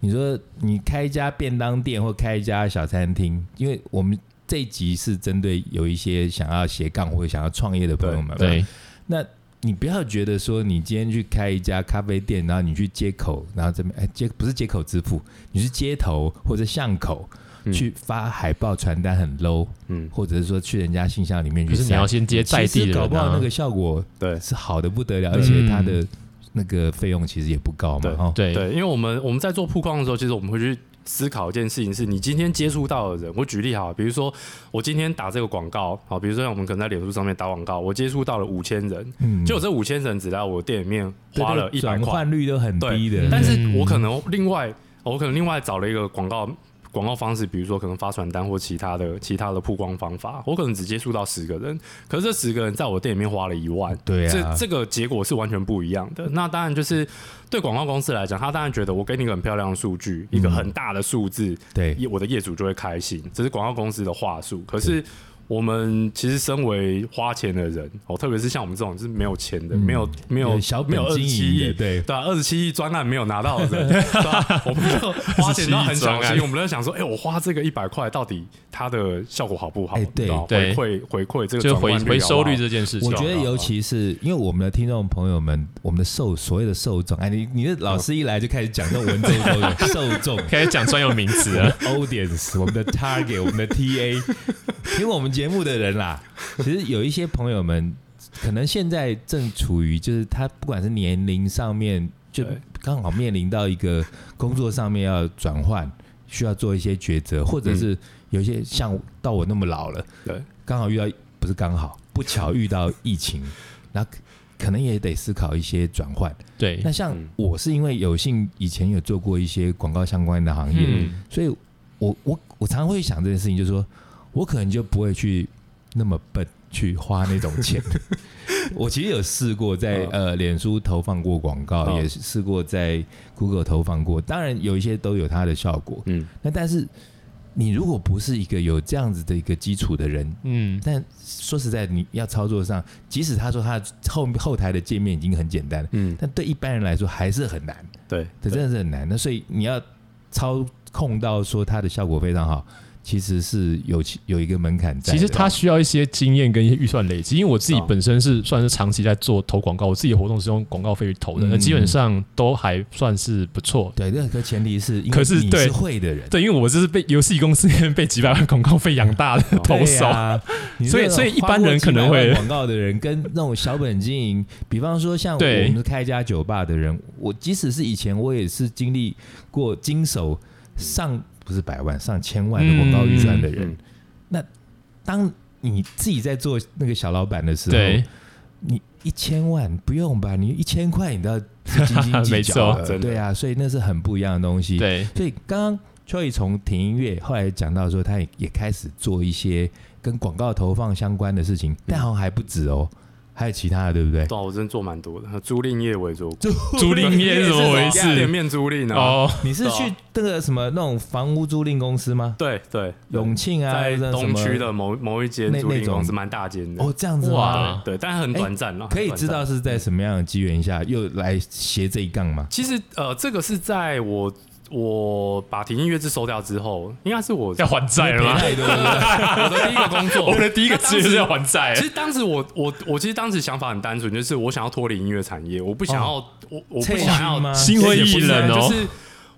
你说你开一家便当店或开一家小餐厅，因为我们这一集是针对有一些想要斜杠或者想要创业的朋友们嘛，对那你不要觉得说你今天去开一家咖啡店，然后你去街口，然后这边哎街不是街口支付，你是街头或者巷口。嗯去发海报传单很 low，嗯，或者是说去人家信箱里面可去是塞，你要先接在其地实的搞不人好那啊个，效果对是好的不得了，嗯而且它的那个费用其实也不高嘛，对哦，对对，因为我们我们在做曝光的时候，其实我们会去思考一件事情：是你今天接触到的人。我举例哈，比如说我今天打这个广告，好，比如说我们可能在脸书上面打广告，我接触到了五千人，嗯就这五千人只在我店里面对花那了个一百转块，换率都很低的对，但是嗯我可能另外，我可能另外找了一个广告广告方式，比如说可能发传单或其他的其他的曝光方法，我可能只接触到十个人，可是这十个人在我店里面花了一万，对啊，这这个结果是完全不一样的。那当然就是对广告公司来讲，他当然觉得我给你一个很漂亮的数据，一个很大的数字，对业我的业主就会开心，这是广告公司的话术。可是我们其实身为花钱的人，哦，特别是像我们这种是没有钱的，嗯没有没有小本没有二经十七营的，亿。对，对啊，二十七亿专案没有拿到的人，对啊，我们就花钱都很小27亿专心，案我们在想说，哎、我花这个一百块到底它的效果好不好？哎你知道对回馈回馈这个就转换回率回好收不好率这件事情，啊哦我觉得尤其是因为我们的听众朋友们，我们的受所谓的受众，哎，你你的老师一来就开始讲这种文绉绉的受 *laughs* 众。开始讲专有名词了 audience，我们的 target，我们的 TA，听 *laughs* 我们节目的人啦，其实有一些朋友们可能现在正处于就是他不管是年龄上面，就对刚好面临到一个工作上面要转换，需要做一些抉择，或嗯者是有一些像到我那么老了，对，刚好遇到不是刚嗯好不巧遇到疫 *laughs* 情，然后可能也得思考一些转换。对 *laughs* 那，像嗯我是因为有幸以前有做过一些广告相关的行业，嗯所以我我我常常会想这件事情，就是说我可能就不会去那么笨去花那种 *laughs* 钱。我其实有试过在嗯呃脸书投放过广告，嗯也试过在 Google 投放过，当然有一些都有它的效果。嗯，那但是你如果不是一个有这样子的一个基础的人，嗯，但说实在，你要操作上，即使他说他后后台的界面已经很简单了，嗯，但对一般人来说还是很难。对，这真的是很难。那所以你要操控到说它的效果非常好，其实是有其有一个门槛在的。其实它需要一些经验跟一些预算累积，因为我自己本身是算是长期在做投广告，我自己的活动是用广告费去投的，嗯那基本上都还算是不错。对，那个前提是因为可是你对是会的人，对，因为我这是被游戏公司被几百万广告费养大的投对手， *laughs* 啊你所以那种所以一花过般人几可能百万会广告的人跟那种小本经营，比方说像我对们开一家酒吧的人，我即使是以前我也是经历过经手上不是百万上千万的广告预算的人，嗯当你自己在做那个小老板的时候，对，你一千万不用吧？你一千块你都要是斤斤计 *laughs* 没较错的，真的对啊，所以那是很不一样的东西。，对，所以刚刚 Joy 从听音乐后来讲到说，他也也开始做一些跟广告投放相关的事情，但好像还不止哦。还有其他的，对不对？嗯对啊，我真的做蛮多的，租赁业我也做过，租赁业是怎么店回事？面租赁啊，哦，你是去那个什么那种房屋租赁公司吗？对对，永庆啊，在那什东么区的某某一间那租赁那种公司，蛮大间的。哦，这样子哇哇，啊对，但很短暂了、可以很短知暂道是在什么样的机缘下又来斜这一杠吗？其实呃，这个是在我我把体音乐制收掉之后，应该是我要还债了啊吗？太多了，我的第一个工作。我们的第一个职业 *laughs* 是要还债其，实当时我我我其实当时想法很单纯，就是我想要脱离音乐产业，我不想要、我 *laughs* 我不想翠要玉哦吗心灰意冷就哦。是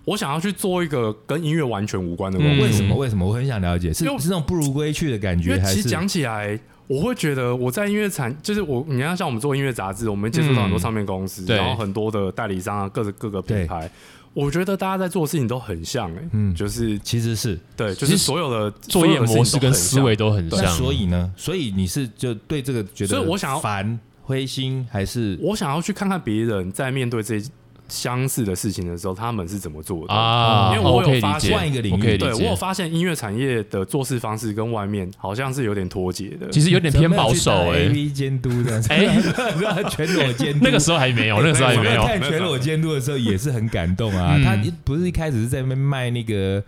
我想要去做一个跟音乐完全无关的工嗯作。为什么？为什么？我很想了解，是因为是那种不如归去的感因觉，为还其实是讲起来，我会觉得我在音乐产，就是我你看像我们做音乐杂志，我们接触到很多嗯唱片公司，对然后很多的代理商啊，各个各个品对牌，我觉得大家在做的事情都很像、欸，嗯就是其实是对，就其是实所有的作业模式跟思，维所都很那像，所以呢？所以你是就对这个觉得，所以我想要烦灰心还是有的事情都很像我想要去看看别人在面对这相似的事情的时候，他们是怎么做的。啊，因为我有可以理发解，换一个领域我可以对理我有解，发现音乐产业的做事方式跟外面好像是有点脱节的。其实有点偏保守，A 哎。 V 监督这样子， *laughs* 哎全裸监督那个时候还没有，那个时候还没 *laughs* 有我。看全裸监督的时候也是很感动啊嗯，他一不是一开始是在那边卖那个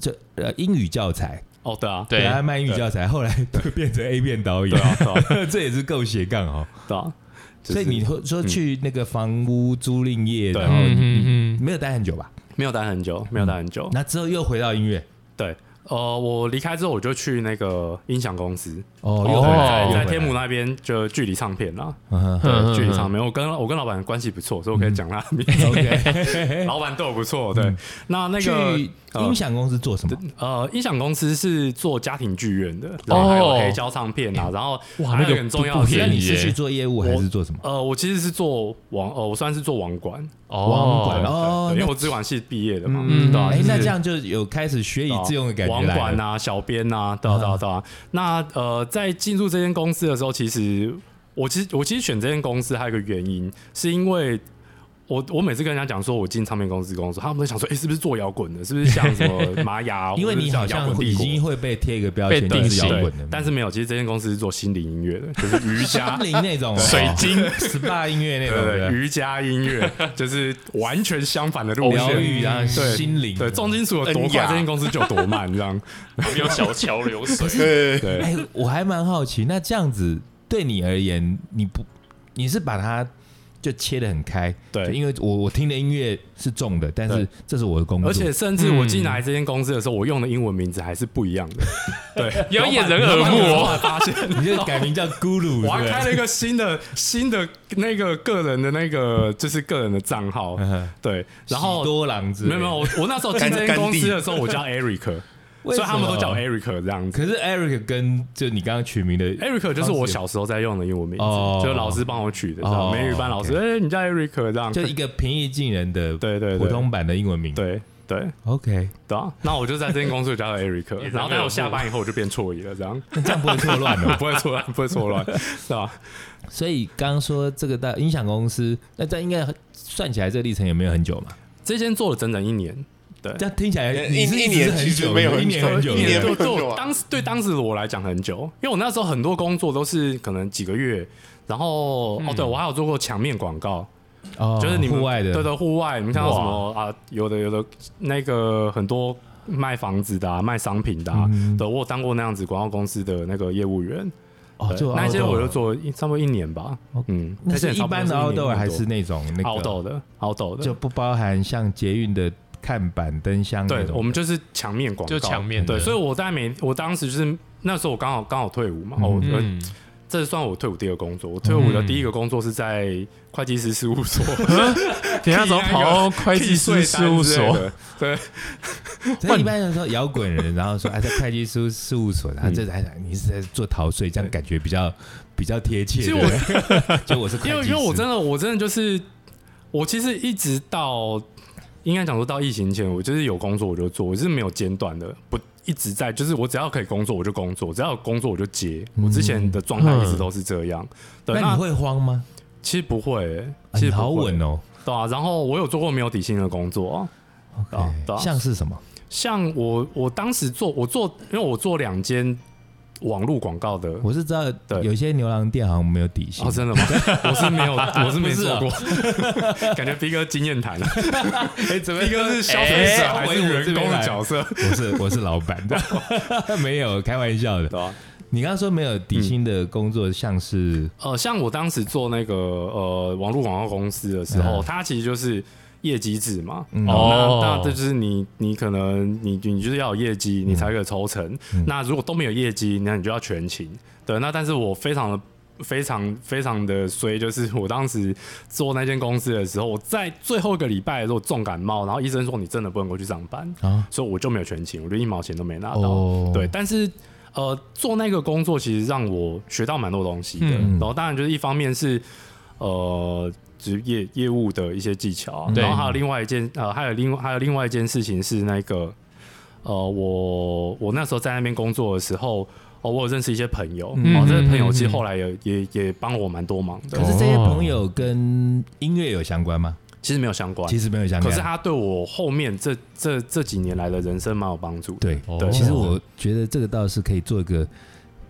就呃英语教材，哦，对啊，对，他卖英语教材，后来就变成 A 片导演对，啊，对啊， *laughs* 这也是够斜杠哦。对啊。就是所以你会说去那个房屋租赁业，对然后嗯嗯嗯，没有待很久吧？没有待很久，没有待很久。那之后又回到音乐，对，呃，我离开之后我就去那个音响公司，哦，又又回回来来，在天母那边就距离唱片啦，嗯对，嗯距离嗯唱片。我跟我跟老板关系不错，所以我可以讲他的名字。 *laughs* *laughs* OK，老板对我不错，对。那那个去音响公司做什么？呃，音响公司是做家庭剧院的，然后还有黑胶唱片啊，然后哇还有那个很不重要的不便那是，宜你是去做业务还是做什么？呃，我其实是做网，呃，我算是做网管，网哦管，哦对因为那我资管系毕业的嘛，嗯对啊哎就，是那这样就有开始学以致用的嗯感觉哦网来管了。啊，小编啊，对啊对啊对啊。那呃，在进入这间公司的时候，其实我其实我其实选这间公司还有一个原因，是因为。我我每次跟人家讲说，我进唱片公司工作，他们都想说，哎、是不是做摇滚的？是不是像什 *laughs* 么玛雅？因为你好摇像滚帝已国经会被贴一个标签，被定就是摇型滚的，但是没有，其实这间公司是做心灵音乐的，就是瑜伽森，林那 *laughs* 种水晶、SPA 音乐那对对对，种瑜伽音乐就是完全相反的路对线，疗愈啊，对心灵对，重金属有多恩快，雅这间公司就有多慢，这样。没有小桥流水，对，对，哎，我还蛮好奇，那这样子对你而言，你不你是把它就切得很开，对就因为我我听的音乐是重的，但是对这是我的工作，而且甚至我进来这间公司的时候，我用的英文名字还是不一 *laughs* 样的。对，有掩人耳目我哦。后来发现， *laughs* 你就改名叫 Guru，我还开对 *laughs* 了一个新的新的那个个人的那个就是个人的账号不，对，对，然后喜。多狼之类没有的没有，，我我那时候进这间公司的时候，我叫 *laughs* Eric，所为以什么他们都叫 Eric 这样子。可是 Eric 跟就你刚刚取名的 Eric 就是我小时候在用的英文名字，哦就是老师帮我取的，哦这样美语班老师，哎，你叫 Eric 这样，就一个平易近人的 *laughs* 对对对普通版的英文名。对对 OK，对啊。那我就在这间公司叫 *laughs* Eric，然后但耳我目下班以后我就变错译了，这样那这样不会错乱哦。 *laughs* 不会错乱，不会错乱， *laughs* 是吧？所以刚刚说这个大音响公司，那这样应该算起来这个历程有没有很久嘛？这间做了整整一年，对这，样听起来呃你是一一你年是很其实久没有一很年久很久的，一一年年对很久对我啊当时对当时的我来讲很久，因为我那时候很多工作都是可能几个月，然后、哦，对我还有做过墙面广告，嗯哦就是你们户外的，对对，户外，你们看到什么啊？有的有的那个很多卖房子的、啊、卖商品的、啊，嗯对我有当过那样子广告公司的那个业务员，哦，对就那些 outdoor 我就做一差不多一年吧，嗯，那是些也一差不多般的一年 outdoor 多还是那种那个 outdoor 的 outdoor 的，就不包含像捷运的看板灯箱那对，种我们就是墙面广告，就墙面的对，所以我在每我当时就是那时候我刚好刚好退伍嘛，哦我嗯，这算我退伍第二个工作。我退伍的第一个工作是在会计师事务所，等一下怎么跑到会计师事 *laughs* 务替税单之类所？的。对，所以一般人说摇滚人，然后说哎，在会计事事务所，嗯然后这还你是在做逃税，这样感觉比较比较贴切。其实对不 *laughs* 对就我是会计因为师因为我真的我真的就是我其实一直到应该讲说到疫情前，我就是有工作我就做，我是没有间断的，不一直在就是我只要可以工作我就工作，只要有工作我就接。嗯我之前的状态一直都是这样。对，那那你会慌吗？其实不会、欸，啊其你实不会好稳哦。对啊，然后我有做过没有底薪的工作啊，对啊哎像是什么？像我我当时做我做，因为我做两间，网络广告的。我是知道对有些牛郎店好像没有底薪哦，，真的吗？ *laughs* 我是没有，我是没啊做过，感觉 B 哥经验谈了。 *laughs* 哎，怎逼哥是消费者哎还是回我这员边工的来角色？我是我是老 *laughs* 板， *laughs* 没有开玩笑的。哦对啊，你刚刚说没有底薪的工作，像是呃，像我当时做那个呃网络广告公司的时候，嗯它其实就是业绩制嘛。嗯哦那那这就是你你可能你你就是要有业嗯绩，你才可以抽成。那如果都没有业绩，那你就要全勤。对，那但是我非常的。非常非常的衰，就是我当时做那间公司的时候，我在最后一个礼拜的时候重感冒，然后医生说你真的不能过去上班，啊，所以我就没有全勤，我就一毛钱都没拿到。哦对，但是呃，做那个工作其实让我学到蛮多东西的。嗯然后当然就是一方面是呃，职业业务的一些技巧嗯啊，对然后还有另外一件呃，还有另还有另外一件事情是那个呃，我我那时候在那边工作的时候。哦，我有认识一些朋友，嗯哦，这些朋友其实嗯嗯后来也、也也帮我蛮多忙的可，是这些朋友哦跟音乐有相关吗？其实没有相关，其实没啊有相可关。是他对我后面这这这几年来的人生蛮有帮助的。对，哦对其实我觉得这个倒是可以做一个，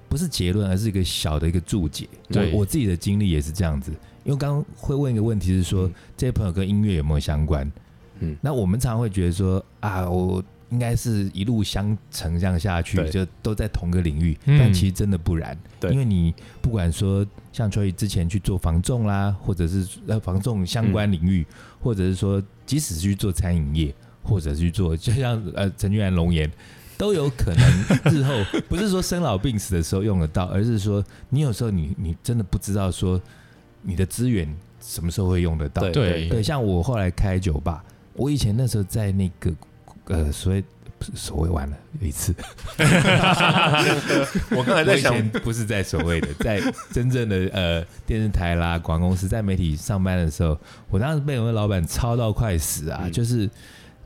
不是结论，而是一个小的一个注解。对我我自己的经历也是这样子，因为刚刚会问一个问题是说，嗯这些朋友跟音乐有没有相关？嗯那我们常会觉得说啊，我应该是一路相承这样下去，对就都在同个领域，嗯但其实真的不然。对因为你不管说像秋雨之前去做防重啦，或者是呃防重相关领域，嗯或者是说即使是去做餐饮业，或者是去做就像呃陈俊安龙岩。都有可能日后不是说生老病死的时候用得到，而是说你有时候你你真的不知道说你的资源什么时候会用得到。对对对，像我后来开酒吧，我以前那时候在那个呃，所谓不是所谓完了有一次，我刚才在想我以前不是在所谓的，在真正的呃电视台啦、广告公司，在媒体上班的时候，我当时被我们老板操到快死啊，嗯就是。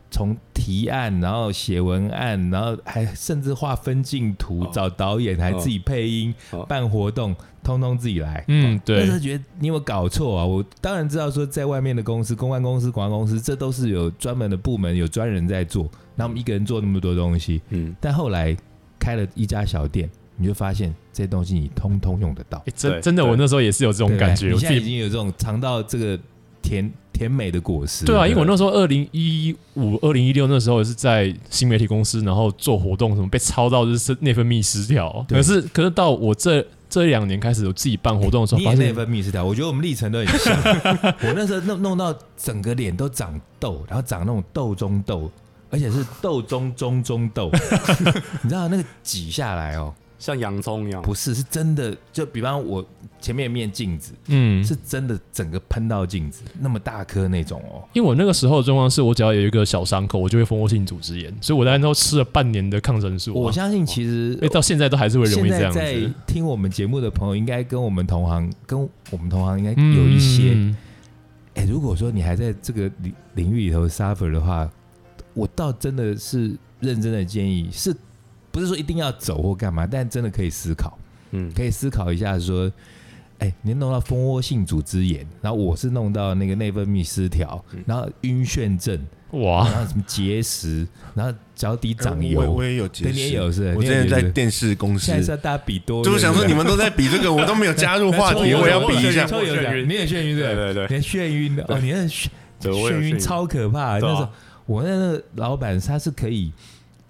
从提案，然后写文案，然后还甚至画分镜图，哦找导演，还自己配音，哦办活动，通通自己来。嗯，对但，是觉得你有没有搞错啊？我当然知道说，在外面的公司、公关公司、广告公司，这都是有专门的部门、有专人在做。那我们一个人做那么多东西，嗯，但后来开了一家小店，你就发现这些东西你通通用得到。诶对哎真真的，我对那时候也是有这种对吧感觉，你我现自在已己经有这种尝到这个甜甜美的果实。对啊，因为我不那时候二零一五、二零一六那时候也是在新媒体公司，然后做活动什么被抄到就是内分泌失调，对可是可是到我这这两年开始我自己办活动的时候，你也发内现分泌失调，我觉得我们历程都很像。 *laughs* 我那时候弄弄到整个脸都长痘，然后长那种痘中痘，而且是痘中中中 *laughs* 痘，你知道那个挤下来哦，像洋葱一样，不是是真的。就比方我前面有面镜子，嗯，是真的整个喷到镜子那么大颗那种哦。因为我那个时候的状况是我只要有一个小伤口，我就会蜂窝性组织炎，所以我那时候吃了半年的抗生素、啊，哎我相信其实诶到现在都还是会容现易这在样在子。听我们节目的朋友，应该跟我们同行，跟我们同行应该有一些。嗯哎、如果说你还在这个领领域里头 suffer 的话，我倒真的是认真的建议，是不是说一定要走或干嘛？但真的可以思考，嗯，可以思考一下说，哎、你弄到蜂窝性组织炎，然后我是弄到那个内分泌失调，然后晕眩症， *laughs* 哇，然后什么结石，然后脚底长我我油，也有解对，你也有释，是不是？我之你也前有在是不是电视公司现在是要大家比多，就是想说你们都在比这个，我都没有加入话题，我也要比一下。抽油奖，你也眩晕对不对对对你也眩晕的哦，你那眩对我有眩眩晕晕超可怕。那对啊时候我那个老板他是可以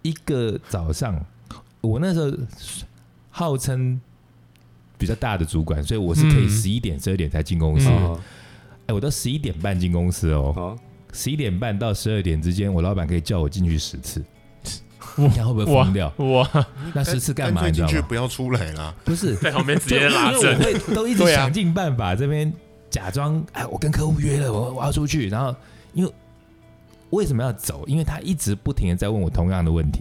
一个早上，我那时候号称比较大的主管，所以我是可以嗯十一点十二点才进公司。嗯哦哎，我到十一点半进公司哦，哦，十一点半到十二点之间，我老板可以叫我进去十次。哇你看会不会疯掉？哇，那十次干嘛？干你知脆道进去吗？不要出来啦。不是，在旁边直就 *laughs* 因为我会都一直对啊想尽办法这边假装哎，我跟客户约了，我我要出去，然后因为为什么要走？因为他一直不停的在问我同样的问题，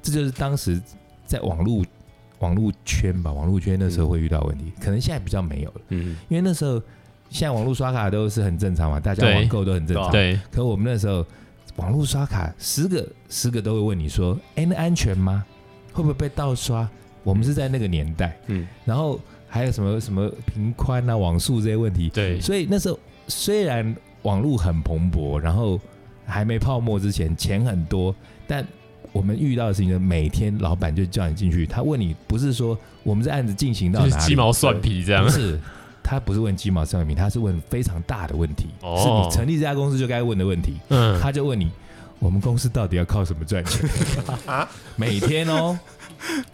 这就是当时在网络网络圈吧，网络圈那时候会遇到的问嗯题，可能现在比较没有了，嗯，因为那时候现在网络刷卡都是很正常嘛，大家对网购都很正常，对，啊可我们那时候网络刷卡，十个十个都会问你说：“哎、那安全吗？会不会被盗刷？”我们是在那个年代，嗯，然后还有什么什么频宽啊、网速这些问题，对所以那时候虽然网络很蓬勃，然后还没泡沫之前钱很多，但我们遇到的事情，就是每天老板就叫你进去，他问你不是说我们这案子进行到就是哪里，鸡毛蒜皮这样不。是，他不是问鸡毛蒜皮，他是问非常大的问题，哦是你成立这家公司就该问的问题。 *laughs* 嗯，他就问你，我们公司到底要靠什么赚钱？啊每天哦，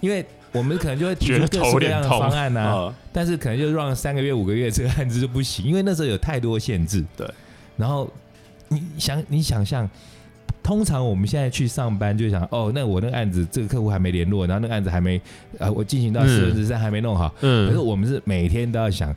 因为我们可能就会提觉出得各头式各脸样的痛方案啊，呃，但是可能就让三个月、五个月这个案子就不行，因为那时候有太多限制。对，然后你想，你想象。通常我们现在去上班就想，哦，那我那个案子这个客户还没联络，然后那个案子还没，呃，我进行到嗯四分之三还没弄好。可是嗯，我们是每天都要想，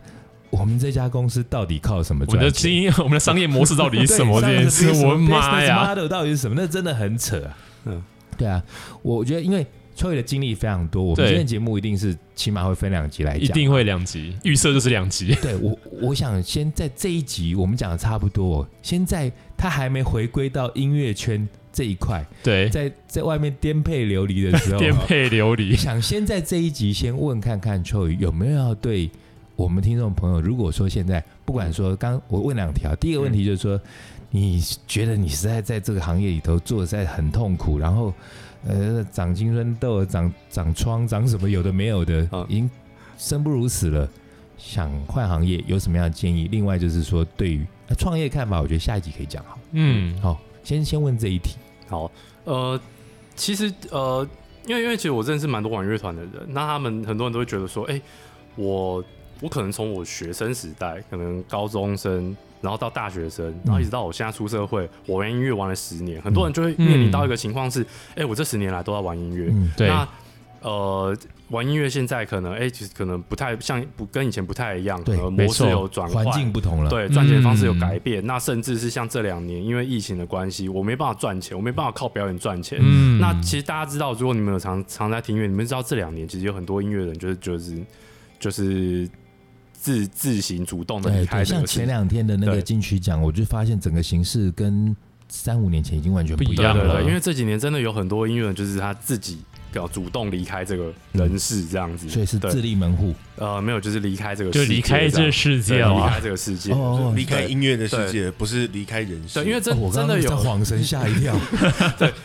我们这家公司到底靠什么我们赚的钱？经营，我 *laughs* 们的商业模式到底是什么这对件事？上次我的妈 business 呀！ ！model 到底是什么？那真的很扯啊。嗯对啊，我觉得因为秋雨的经历非常多，我们对今天节目一定是起码会分两集来讲。一定会两集，预设就是 *laughs* 两集。对我，我想先在这一集我们讲的差不多，先在他还没回归到音乐圈这一 *laughs* 块，对，在在外面颠沛流离的时候，颠沛 *laughs* 流离。想先在这一集先问看看秋雨有没有要对我们听众朋友，如果说现在不管说刚我问两条，第一个嗯问题就是说，你觉得你实在在这个行业里头做的实在很痛苦，然后呃长青春痘、长长疮、长什么有的没有的嗯，已经生不如死了，想换行业有什么样的建议？另外就是说对于呃创业看法，我觉得下一集可以讲好。嗯，好，先先问这一题，好，呃，其实呃，因为因为其实我认识蛮多玩乐团的人，那他们很多人都会觉得说，哎、我我可能从我学生时代，可能高中生，然后到大学生，然后一直到我现在出社会，我玩音乐玩了十年，很多人就会面临到一个情况是，哎、我这十年来都在玩音乐，嗯，对，那呃，玩音乐现在可能哎、其实可能不太像不跟以前不太一样，对可能没呃模式错有转换，环境不同了，对，赚钱的方式有嗯改变。那甚至是像这两年，因为疫情的关系，我没办法赚钱，我没办法靠表演赚钱。嗯那其实大家知道，如果你们有常常在听音乐，你们知道这两年其实有很多音乐人就是就是就是自自行主动的对离开哎对，这像个市前场。两天的那个对金曲奖，我就发现整个形式跟三五年前已经完全不一不一对样啊样对了对，因为这几年真的有很多音乐人就是他自己要主动离开这个人世这样子，嗯所以是对自立门户。呃没有就是离开这个就世界离开这样世对界离了开。这个世界。哦离开对音乐的世界，不是离开人世。对，因为哦真我刚真刚的在有恍神吓一跳。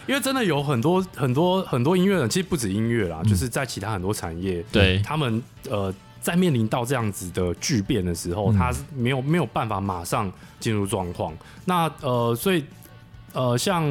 因为真的有很多很多很多音乐人，其实不止音乐啦，嗯就是在其他很多产业，对他们呃在面临到这样子的巨变的时候，嗯他是没有没有办法马上进入状况。那呃，所以呃，像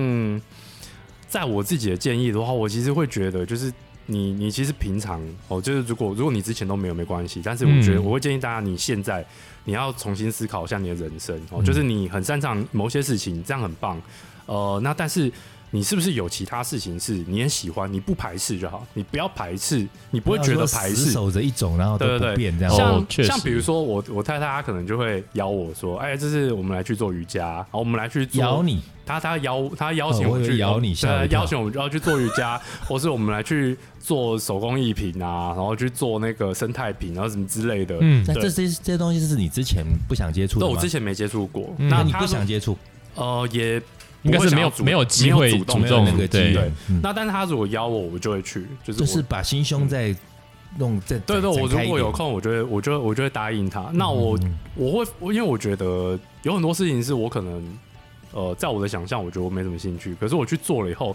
在我自己的建议的话，我其实会觉得就是。你你其实平常哦，就是如果如果你之前都没有没关系，但是我觉得嗯我会建议大家，你现在你要重新思考一下你的人生嗯哦，就是你很擅长某些事情，这样很棒，呃，那但是你是不是有其他事情是你也喜欢，你不排斥就好，你不要排斥，你 *laughs* 不会觉得啊排死斥。守着一种，然后都对对不对变这样。哦像确实像比如说我我太太她可能就会邀我说，哎，这是我们来去做瑜伽，然后我们来去做咬你，她她邀她邀哦请我以为去咬你吓我一对，跳邀请我们要去做瑜伽， *laughs* 或是我们来去做手工艺品啊，然后去做那个生态品，然啊后什么之类的。嗯那对这些这些东西是你之前不想接触那的吗？我之前没接触过，嗯那你她不想接触，呃也应该不会是想没要有主没有机会没有主动主动没有那个机对会对，嗯那但是他如果邀我，我就会去，就是就我是把心胸再弄再嗯对对，展我展开如一果有点空，我就会，我就会，我就会答应他。那我、嗯我会，我因为我觉得有很多事情是我可能，呃，在我的想象，我觉得我没什么兴趣，可是我去做了以后，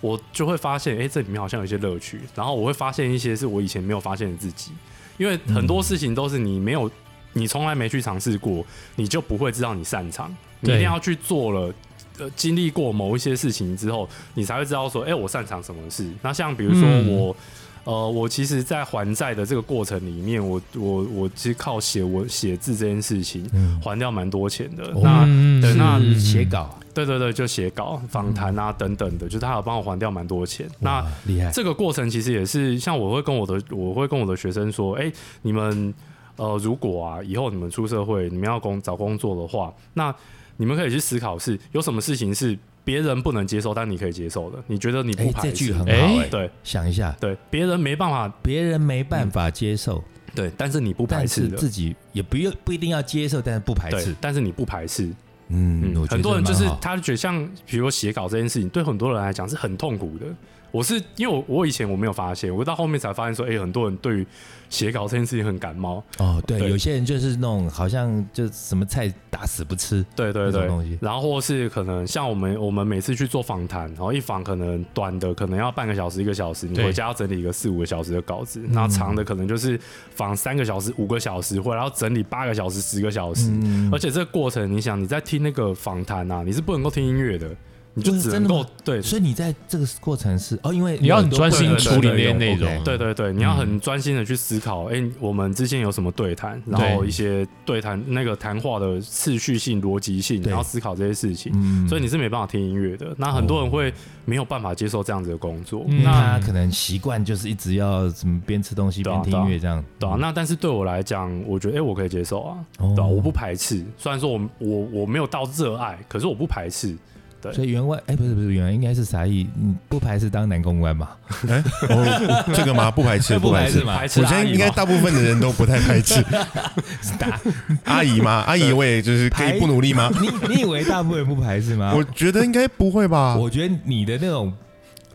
我就会发现，哎、这里面好像有一些乐趣，然后我会发现一些是我以前没有发现的自己，因为很多事情都是你没有，你从来没去尝试过，你就不会知道你擅长，你一对定要去做了。呃，经历过某一些事情之后，你才会知道说，哎、我擅长什么事。那像比如说嗯我，呃，我其实，在还债的这个过程里面，我我我其实靠写文写字这件事情，嗯还掉蛮多钱的。哦那嗯对那是是写稿，对对对，就写稿、访谈啊等等的，就是他有帮我还掉蛮多钱。那哇厉害，这个过程其实也是像我会跟我的我会跟我的学生说，哎、你们呃，如果啊以后你们出社会，你们要工找工作的话，那你们可以去思考是有什么事情是别人不能接受，但你可以接受的。你觉得你哎不，排斥？这句很好哎哎，对想一下，对，别人没办法别人没办法接嗯受，对，但是你不排但斥是的。自己也不用不一定要接受，但是不排对斥，，但是你不排斥， *laughs* 嗯，我觉得很多人就是蛮好他觉得像，比如说写稿这件事情，对很多人来讲是很痛苦的。我是因为我我以前我没有发现，我到后面才发现说，哎、很多人对于写稿这件事情很感冒。哦，对，对有些人就是那种好像就什么菜打死不吃，对对那种对东西，然后或是可能像我们我们每次去做访谈，然后一访可能短的可能要半个小时一个小时，你对回家要整理一个四五个小时的稿嗯子，然后长的可能就是访三个小时五个小时，或者要整理八个小时十个小时，嗯而且这个过程你想你在听那个访谈啊，你是不能够听音乐的，你就嗯只真能的够吗对所以你在这个过程是哦，因为你要很耳朵会专心有处理那些有内容 OK 对对对，你要很专心的去思考，哎、我们之间有什么对谈，然嗯后一些对谈那个谈话的次序性、逻辑性，对然后思考这些事情。嗯所以你是没办法听音乐的，那很多人会没有办法接受这样子的工作，嗯那那他可能习惯就是一直要什么边吃东西对啊边听音乐这样，对啊，那但是对我来讲，我觉得哎、诶我可以接受啊，哦对啊，我不排斥。虽然说我我我没有到热爱，可是我不排斥。所以员外哎，不是不是员外，应该是啥意？你不排斥当男公关嘛？哎，哦，这个吗？不排斥， *laughs* 不排排斥斥。嘛排斥我的相阿信姨应该吗大部分的人都不太 *laughs* 排斥。阿姨嘛，阿姨我也就是可以不努力吗？你你以为大部分人不排斥吗？我觉得应该不会吧，我觉得你的那种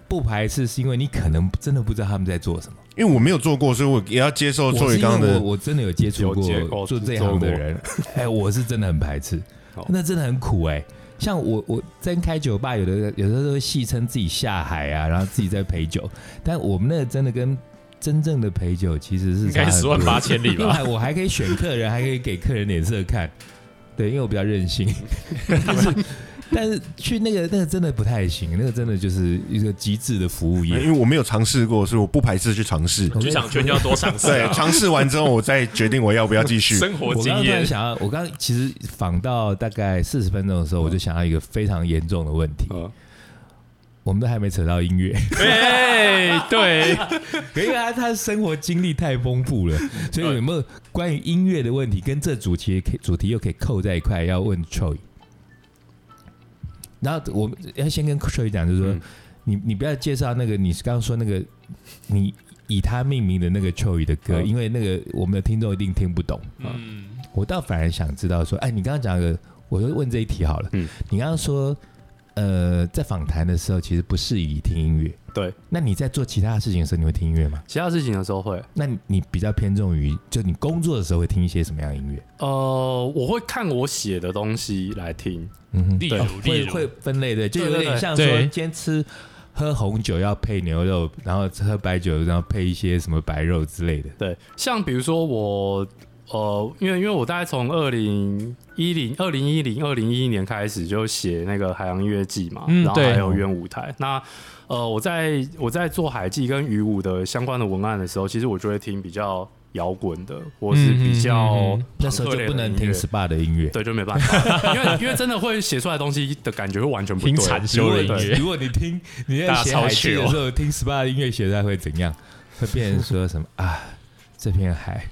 不排斥，是因为你可能真的不知道他们在做什么。因为我没有做过，所以我也要接受我做是鱼因缸为我的。我真的有接触有接过过做这一行的人，哎，我是真的很排斥哦，那真的很苦哎、像我我真开酒吧，有的有的时候都会戏称自己下海啊，然后自己在陪酒，但我们那个真的跟真正的陪酒其实是应该差很十多万八千里因为 *laughs* 吧？还我还可以选客人，还可以给客人脸色看。对，因为我比较任性， *laughs* 但是但是去那个那个真的不太行，那个真的就是一个极致的服务因业。为我没嗯有尝试过，所以我不排斥去尝试。我局长圈就要多尝试 *laughs* *laughs* 对，啊，尝试完之后，我再决定我要不要继 *laughs* 续。生活我经刚刚突然验。想要，我刚刚其实访到大概四十分钟的时候，我嗯就想到一个非常严重的问题，呃，我们都还没扯到音乐，对对，因为他啊他的生活经历太丰富 *laughs* 了，所以有没有关于音乐的问题，跟这主题可以主题又可以扣在一块，要问 Troy。然后我们要先跟 Troy 讲，就是说，嗯你你不要介绍那个你刚刚说那个你以他命名的那个 Troy 的歌，嗯因为那个我们的听众一定听不懂。嗯，我倒反而想知道说，哎，你刚刚讲的，我就问这一题好了。嗯你刚刚说，呃，在访谈的时候其实不适宜听音乐。对，那你在做其他的事情的时候，你会听音乐吗？其他事情的时候会，那你你比较偏重于，就你工作的时候会听一些什么样的音乐？呃，我会看我写的东西来听，嗯哼，例对如例会如会分类的，就有对对点对像说对今天吃喝红酒要配牛肉，然后喝白酒然后配一些什么白肉之类的。对，像比如说我，呃，因为因为我大概从二零一零、二零一零、二零一一年开始就写那个海洋音乐季嘛，嗯然后还对有圆舞台。那呃，我在我在做海记跟鱼舞的相关的文案的时候，其实我就会听比较摇滚的，或是比较嗯嗯嗯嗯那时候就不能听朋克类 SPA 的的音乐音乐，对，就没办法，因为因为真的会写出来的东西的感觉会完全不对， *laughs* 听禅对修的音对乐，如果你听你在大写超海记球的时候听 SPA 的音乐，写出来会怎 *laughs* 样？会变成说什么啊？这片海，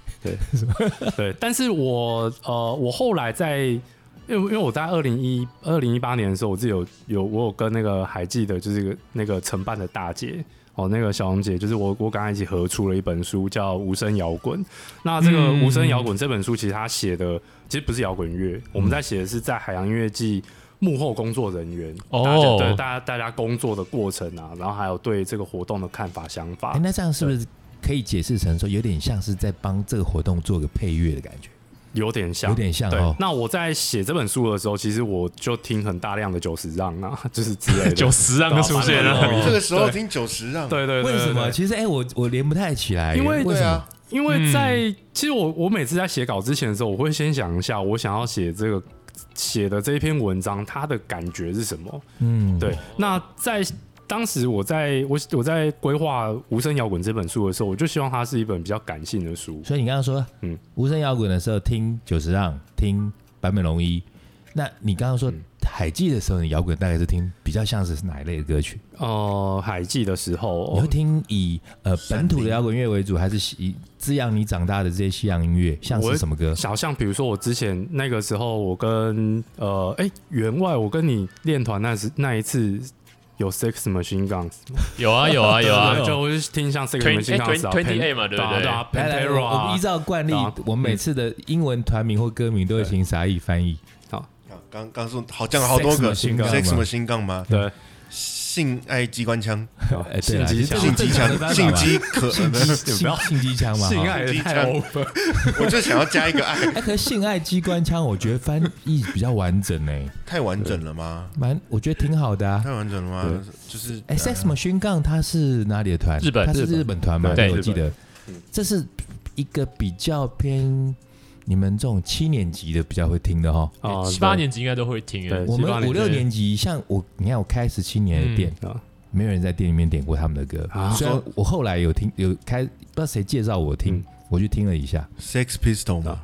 对，但是我呃，我后来在，因为因为我在二零一二零一八年的时候，我自己有有我有跟那个海记的，就是一个那个承办的大姐。哦，那个小红姐就是我，我跟她一起合出了一本书，叫《无声摇滚》。那这个《无声摇嗯滚》这本书，其实她写的其实不是摇滚乐，我们在写的是在海洋音乐季幕后工作人员哦大家对大家大家工作的过程啊，然后还有对这个活动的看法、想法。哎，那这样是不是可以解释成说，有点像是在帮这个活动做个配乐的感觉？有点像，有点像对，哦那我在写这本书的时候，其实我就听很大量的九十让啊， *laughs* 就是之 *laughs* 类的。九十让就出现了，哦这个时候听九十让，对对对为什？么？对对其实哎、我我连不太起来耶，因为为对什啊么？，因为在、嗯其实我我每次在写稿之前的时候，我会先想一下，我想要写这个写的这一篇文章，它的感觉是什么？嗯，对，那在。当时我在我我在规划《无声摇滚》这本书的时候，我就希望它是一本比较感性的书。所以你刚刚说，嗯嗯，无声摇滚的时候听久石让，听坂本龙一，那你刚刚说、嗯海记的时候，你摇滚大概是听比较像是哪一类的歌曲？呃，海记的时候，哦你会听以呃山本土林的摇滚乐为主，还是西以滋养你长大的这些西洋音乐？像我是会什么歌？小像比如说我之前那个时候，我跟呃哎、员外，我跟你练团那时那一次有 Six Machine Guns，有 *laughs* 啊有啊有啊，就我就听像 Six 推 Machine 哎 Guns 啊 twenty- ，Pan- twenty-eight 嘛对不啊对对啊来来， ，Pantera 我我们啊依，照惯例对啊，我们每次的英文团名或歌名都会请啥意翻译。啊啊刚刚说好讲了好多个 Sex Machine Gun ，sex 什么新杠吗？对性爱机关枪、哎对啦性这机枪是性正机常的枪、办性法吧机呃可，性机不要性性机枪嘛，性哈爱也太 *laughs* over，我就想要加一个 *laughs* 爱，哎，可是性爱机关枪，我觉得翻译比较完整哎，太完整了吗？蛮我觉得挺好的啊太。完整了吗？就是哎，Sex Machine Gun 它是哪里的团？日本它是日本团嘛？对我日本记得嗯这是一个比较偏你们这种七年级的比较会听的哈。啊七八对年级应该都会听欸对诶。我呃七八们年五六级年级，像我，你看我开十七年的店，嗯啊没有人在店里面点过他们的歌。啊虽然我后来有听，有开，不知道谁介绍我听，嗯我去听了一下， Sex Pistol 嘛，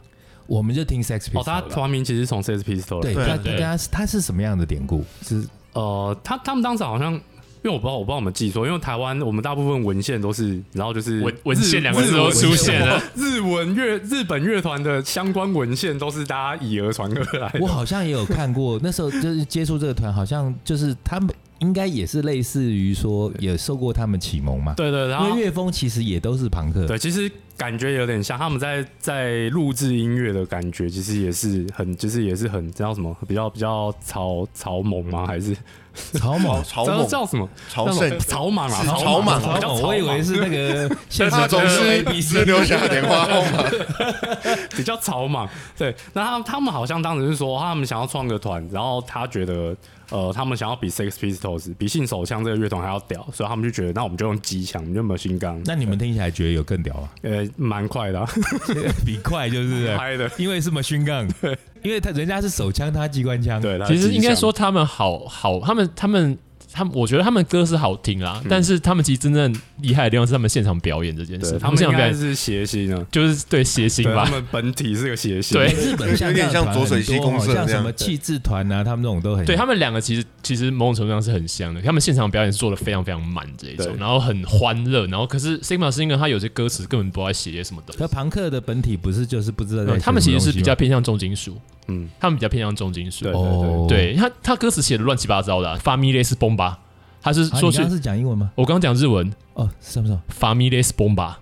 我们就听 Sex Pistols 哦，他了团名其实从 Sex Pistol 对对他对他他他是什么样的典故？是呃，他他们当时好像，因为我不知道，我不知道我们记错，因为台湾我们大部分文献都是，然后就是文文献日两个字日都文出现了，日文乐日本乐团的相关文献都是大家以讹传讹来的。我好像也有看过，那时候就是接触这个团，好像就是他们应该也是类似于说也受过他们启蒙嘛，对对，然因后为乐风其实也都是朋克，对，其实感觉有点像他们在在录制音乐的感觉，其实也是很，就是也是很叫什么，比较比较草草蜢吗？还是草蜢朝朝叫猛叫什么？朝叫什么圣，草蜢啊，是草草比蜢较草蜢，我以为是那个现他实总中的是 ABC 只留下电话号码。比较草莽。对，那他他们好像当时是说他们想要创个团，然后他觉得呃，他们想要比 Sex Pistols 比性手枪这个乐团还要屌，所以他们就觉得那我们就用机枪，我们就没有新钢，那你们听起来觉得有更屌吗？呃，蛮快的、啊，比快就是拍的。因为是 machine gun，因为他人家是手枪，他机关枪，，对，它是其实机应该枪说他们好好，他们他们他们，我觉得他们歌是好听啦，嗯但是他们其实真正厉害的地方是他们现场表演这件事。对，他们现应场表该演是谐星啊，就是对谐星对，他吧，们本体是个谐星。对日本像有点像这样的团左水溪很多公社像这样什么气质团啊，他们这种都很对他们两个其实其实某种程度上是很像的，他们现场表演是做的非常非常满这一种对，然后很欢乐，然后可是 Sigma 是因为他有些歌词根本不知道在写些什么可的，朋克的本体不是就是不知道在写他们什其么实是比较东偏向重金属，嗯，他们比较偏向重金属对，西吗哦，对他他歌词写的乱七八糟的啊，Familes Bomba，他是啊，说你是刚刚是讲英文吗？我刚刚讲日文哦，什么什么？ Familes Bomba。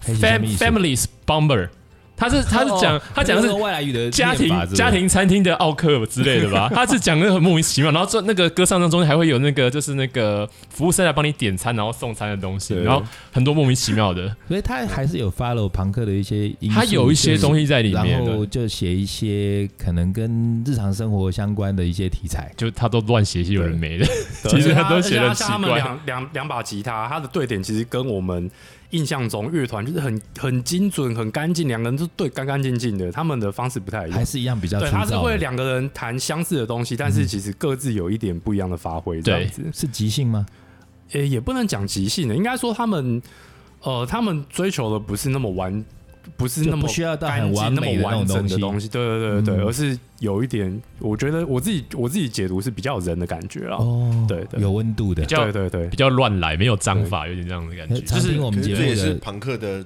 还是什么 Fam 意思 Families Bomber，他是他是讲哦他讲的那是个外来语的家念法庭是不是家庭餐厅的奥克之类的 *laughs* 吧，他是讲的很莫名其妙，然后这那个歌上当中还会有那个就是那个服务生来帮你点餐然后送餐的东西，对然后很多莫名其 *laughs* 妙的，所以他还是有 follow 朋克的一些因素，他有一些东西西在里面然的后，就写一些可能跟日常生活相关的一些题材。就他都乱写一些有人没的， *laughs* 对其实他都而写且它而且它得很像他们奇怪两两两把吉他，他的对点其实跟我们印象中乐团就是很很精准、很干净，两个人都对干干净净的，他们的方式不太一还样。是一样比较粗对，糙的，嗯他是会两个人弹相似的东西，但是其实各自有一点不一样的发挥，这样子。是即兴吗？诶、也不能讲即兴的，应该说他们，呃，他们追求的不是那么完，不是那就么不需要到干很净完那美么的那完种整东的西东西，对对对对对，嗯而是有一点，我觉得我自己我自己解读是比较有人的感觉啊，哦，对对有温度的比。较对对对比，较乱来，没有章法，有点这样的 *laughs* 感觉，就常是听我可们是节这也目是的，朋克的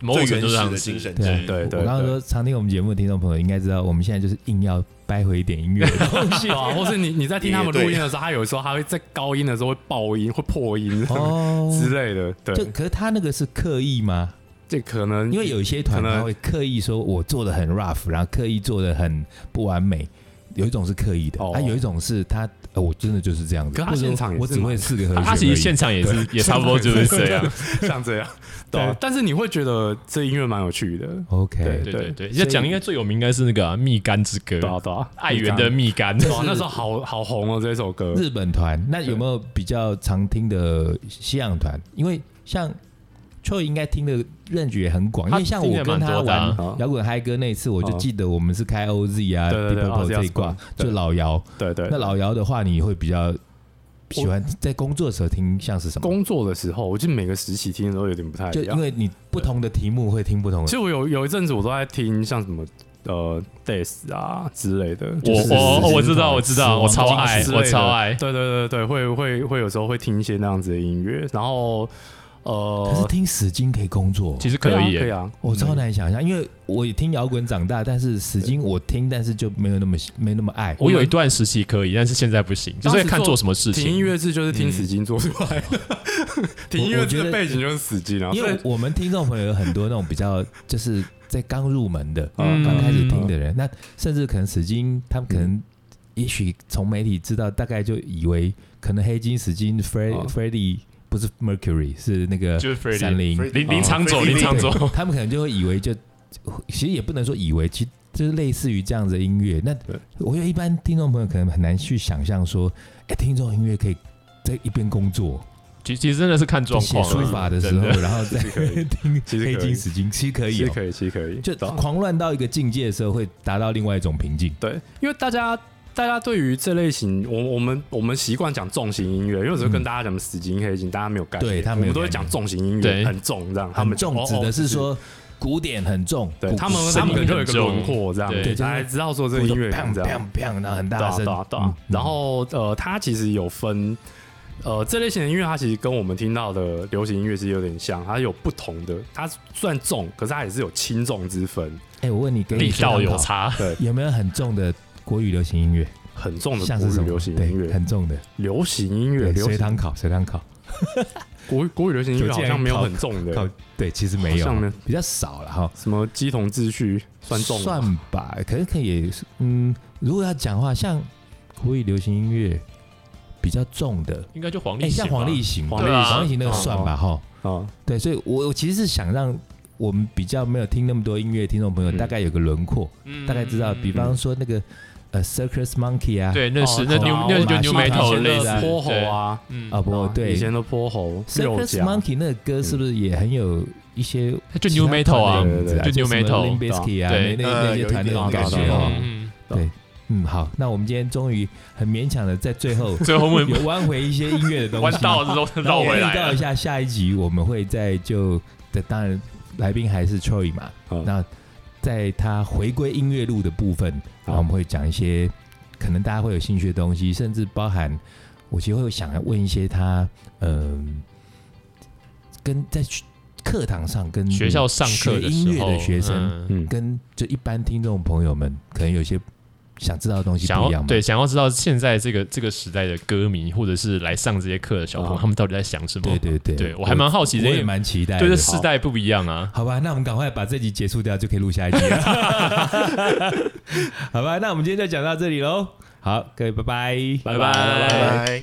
某最种原程度上始的是精神。对啊对对我刚刚 *laughs* 对说常听我们节目的听众朋友应该知道，我们现在就是硬要掰回一点音乐 *laughs* 的东西对啊，或是你你在听他们录音的时候，他有时候他会在高音的时候会爆音、会破音、哦。 *laughs* 之类的，就对，可是他那个是刻意吗？这可能因为有一些团可能他会刻意说我做的很 rough，然后刻意做的很不完美。有一种是刻意的，哦啊，有一种是他，呃，我真的就是这样子。可他或者现场也我是只嘛会四个和弦而他已。啊他其实现场也是也差不多就是这样，像这样，对啊。但是你会觉得这音乐蛮有趣的， OK，对对对对，所以要讲应该最有名应该是那个啊蜜柑之歌，对啊对啊，爱媛的 *laughs* 蜜柑，哇，啊那时候好好红哦，这首歌，日本团那有没有比较常听的西洋团？因为像 Choi 应该听的 range 也很广，因他为像听我得跟蛮他多的啊玩好摇滚嗨歌那一次，我就好记得我们是开 OZ 啊、对 Deep 对对 Purple ，Ozzy 这一挂 Osbourne，，对就老摇。对对那老姚的话，你会比较喜欢在工作的时候听像是什么？工作的时候，我记得每个时期听的时候有点不太就一因样。为你不同的题目会听不同其的。实我有有一阵子我都在听像什么呃 Death 啊之类的，我就是我哦我我知道死我知道，亡我超金爱之类的我超爱，对对对对，会会会有时候会听一些那样子的音乐，然后可是呃，听死金可以工作，其实可以啊可以耶，啊，我超难想象，因为我也听摇滚长大，但是死金我听，但是就没有那么没那么爱。我有一段时期可以，但是现在不行，就是看做什么事听音情。乐制就是听死金做出来的，嗯 *laughs* 听音乐制的背景就是死金啊，因所以为我们听众朋友有很多那种比较就是在刚入门的、嗯刚开始听的人，那甚至可能史金他们可能也许从媒体知道，大概就以为可能黑金、死金、Fred、哦 Freddy 不是 Mercury，是那个就是 Freddy 闪灵。 Freddy 林林场走，哦林场走， *laughs* 他们可能就会以为就，其实也不能说以为，其实就是类似于这样子的音乐。那对我觉得一般听众朋友可能很难去想象说，哎、听这种音乐可以在一边工作、 *laughs* 其其实真的是看状写况书啊。法的时真候，的然后再 *laughs* 其实可 *laughs* 以听其实可以黑金、死金，其实可其以、实哦，可以，其实可以，就对啊狂乱到一个境界的时候，会达到另外一种平静。对，因为大家大家对于这类型，我我们我们习惯讲重型音乐，因为有时候跟大家讲死金黑金，大家没有概念，嗯对他我没有们都会概念讲重型音乐对很重这样，他很们重哦指哦的是就是说古典很重，对古他们，声他音们可能就有一个很重轮廓这样，对对就是大家知道说这个音乐砰这样，砰砰，然后很对大啊声对，啊对嗯啊。然后呃，它其实有分，呃，这类型的音乐它其实跟我们听到的流行音乐是有点像，它有不同的，它虽然重，可是它也是有轻重之分，哎，我问你，给你力道有参考，差，有没有很重的国语流行音乐？很重的像国是语什么流行对音乐，很重的，流行音乐，对，流随行堂考，随堂考，国语国语流行音乐好像没有很重的，考对，其实没好像有没有，比较少了哈。什么鸡同秩序算重吗啊算吧，可是可以，嗯，如果要讲话，像国语流行音乐比较重的， *laughs* 应该就黄哎，立行像吧。黄立行，黄立行黄立行那个算吧哈。啊，对，所以我我其实是想让我们比较没有听那么多音乐的听众朋友，嗯大概有个轮廓，嗯大概知道，比方说那个呃，Circus Monkey 啊，对，那是哦那知牛道那我就马牛戏眉团头现在类似在泼猴，啊，嗯啊，，不过对以前的泼猴肉，Circus 夹， Monkey 那个歌是不是也很有一些就 new metal 啊，嗯对对对就 new metal， b i s k y 啊，对那那呃那些团那种有一点感觉懂哦懂。嗯，嗯，好，那我们今天终于很勉强的在最后最后 *laughs* 我们有弯回一些音乐的东 *laughs* 弯西，道之后那绕我回预告来一了。下，下一集我们会在就，对当然来宾还是 Troy 嘛，嗯那在他回归音乐路的部分，然后我们会讲一些可能大家会有兴趣的东西，甚至包含我其实会想要问一些他，嗯、跟在学课堂上跟学校上课学的音时乐候，的学生，嗯嗯，跟就一般听众朋友们，可能有些想知道的东西想不一要样嘛，对想要知道现在这个这个时代的歌迷，或者是来上这些课的小朋友，啊他们到底在想什么？对对对，对我还蛮好奇我这也些蛮期待的，对这世代不一样啊。好吧，那我们赶快把这集结束掉，就可以录下一集了。 *laughs* 好吧，那我们今天就讲到这里喽。好，各位，拜拜。拜拜拜拜拜。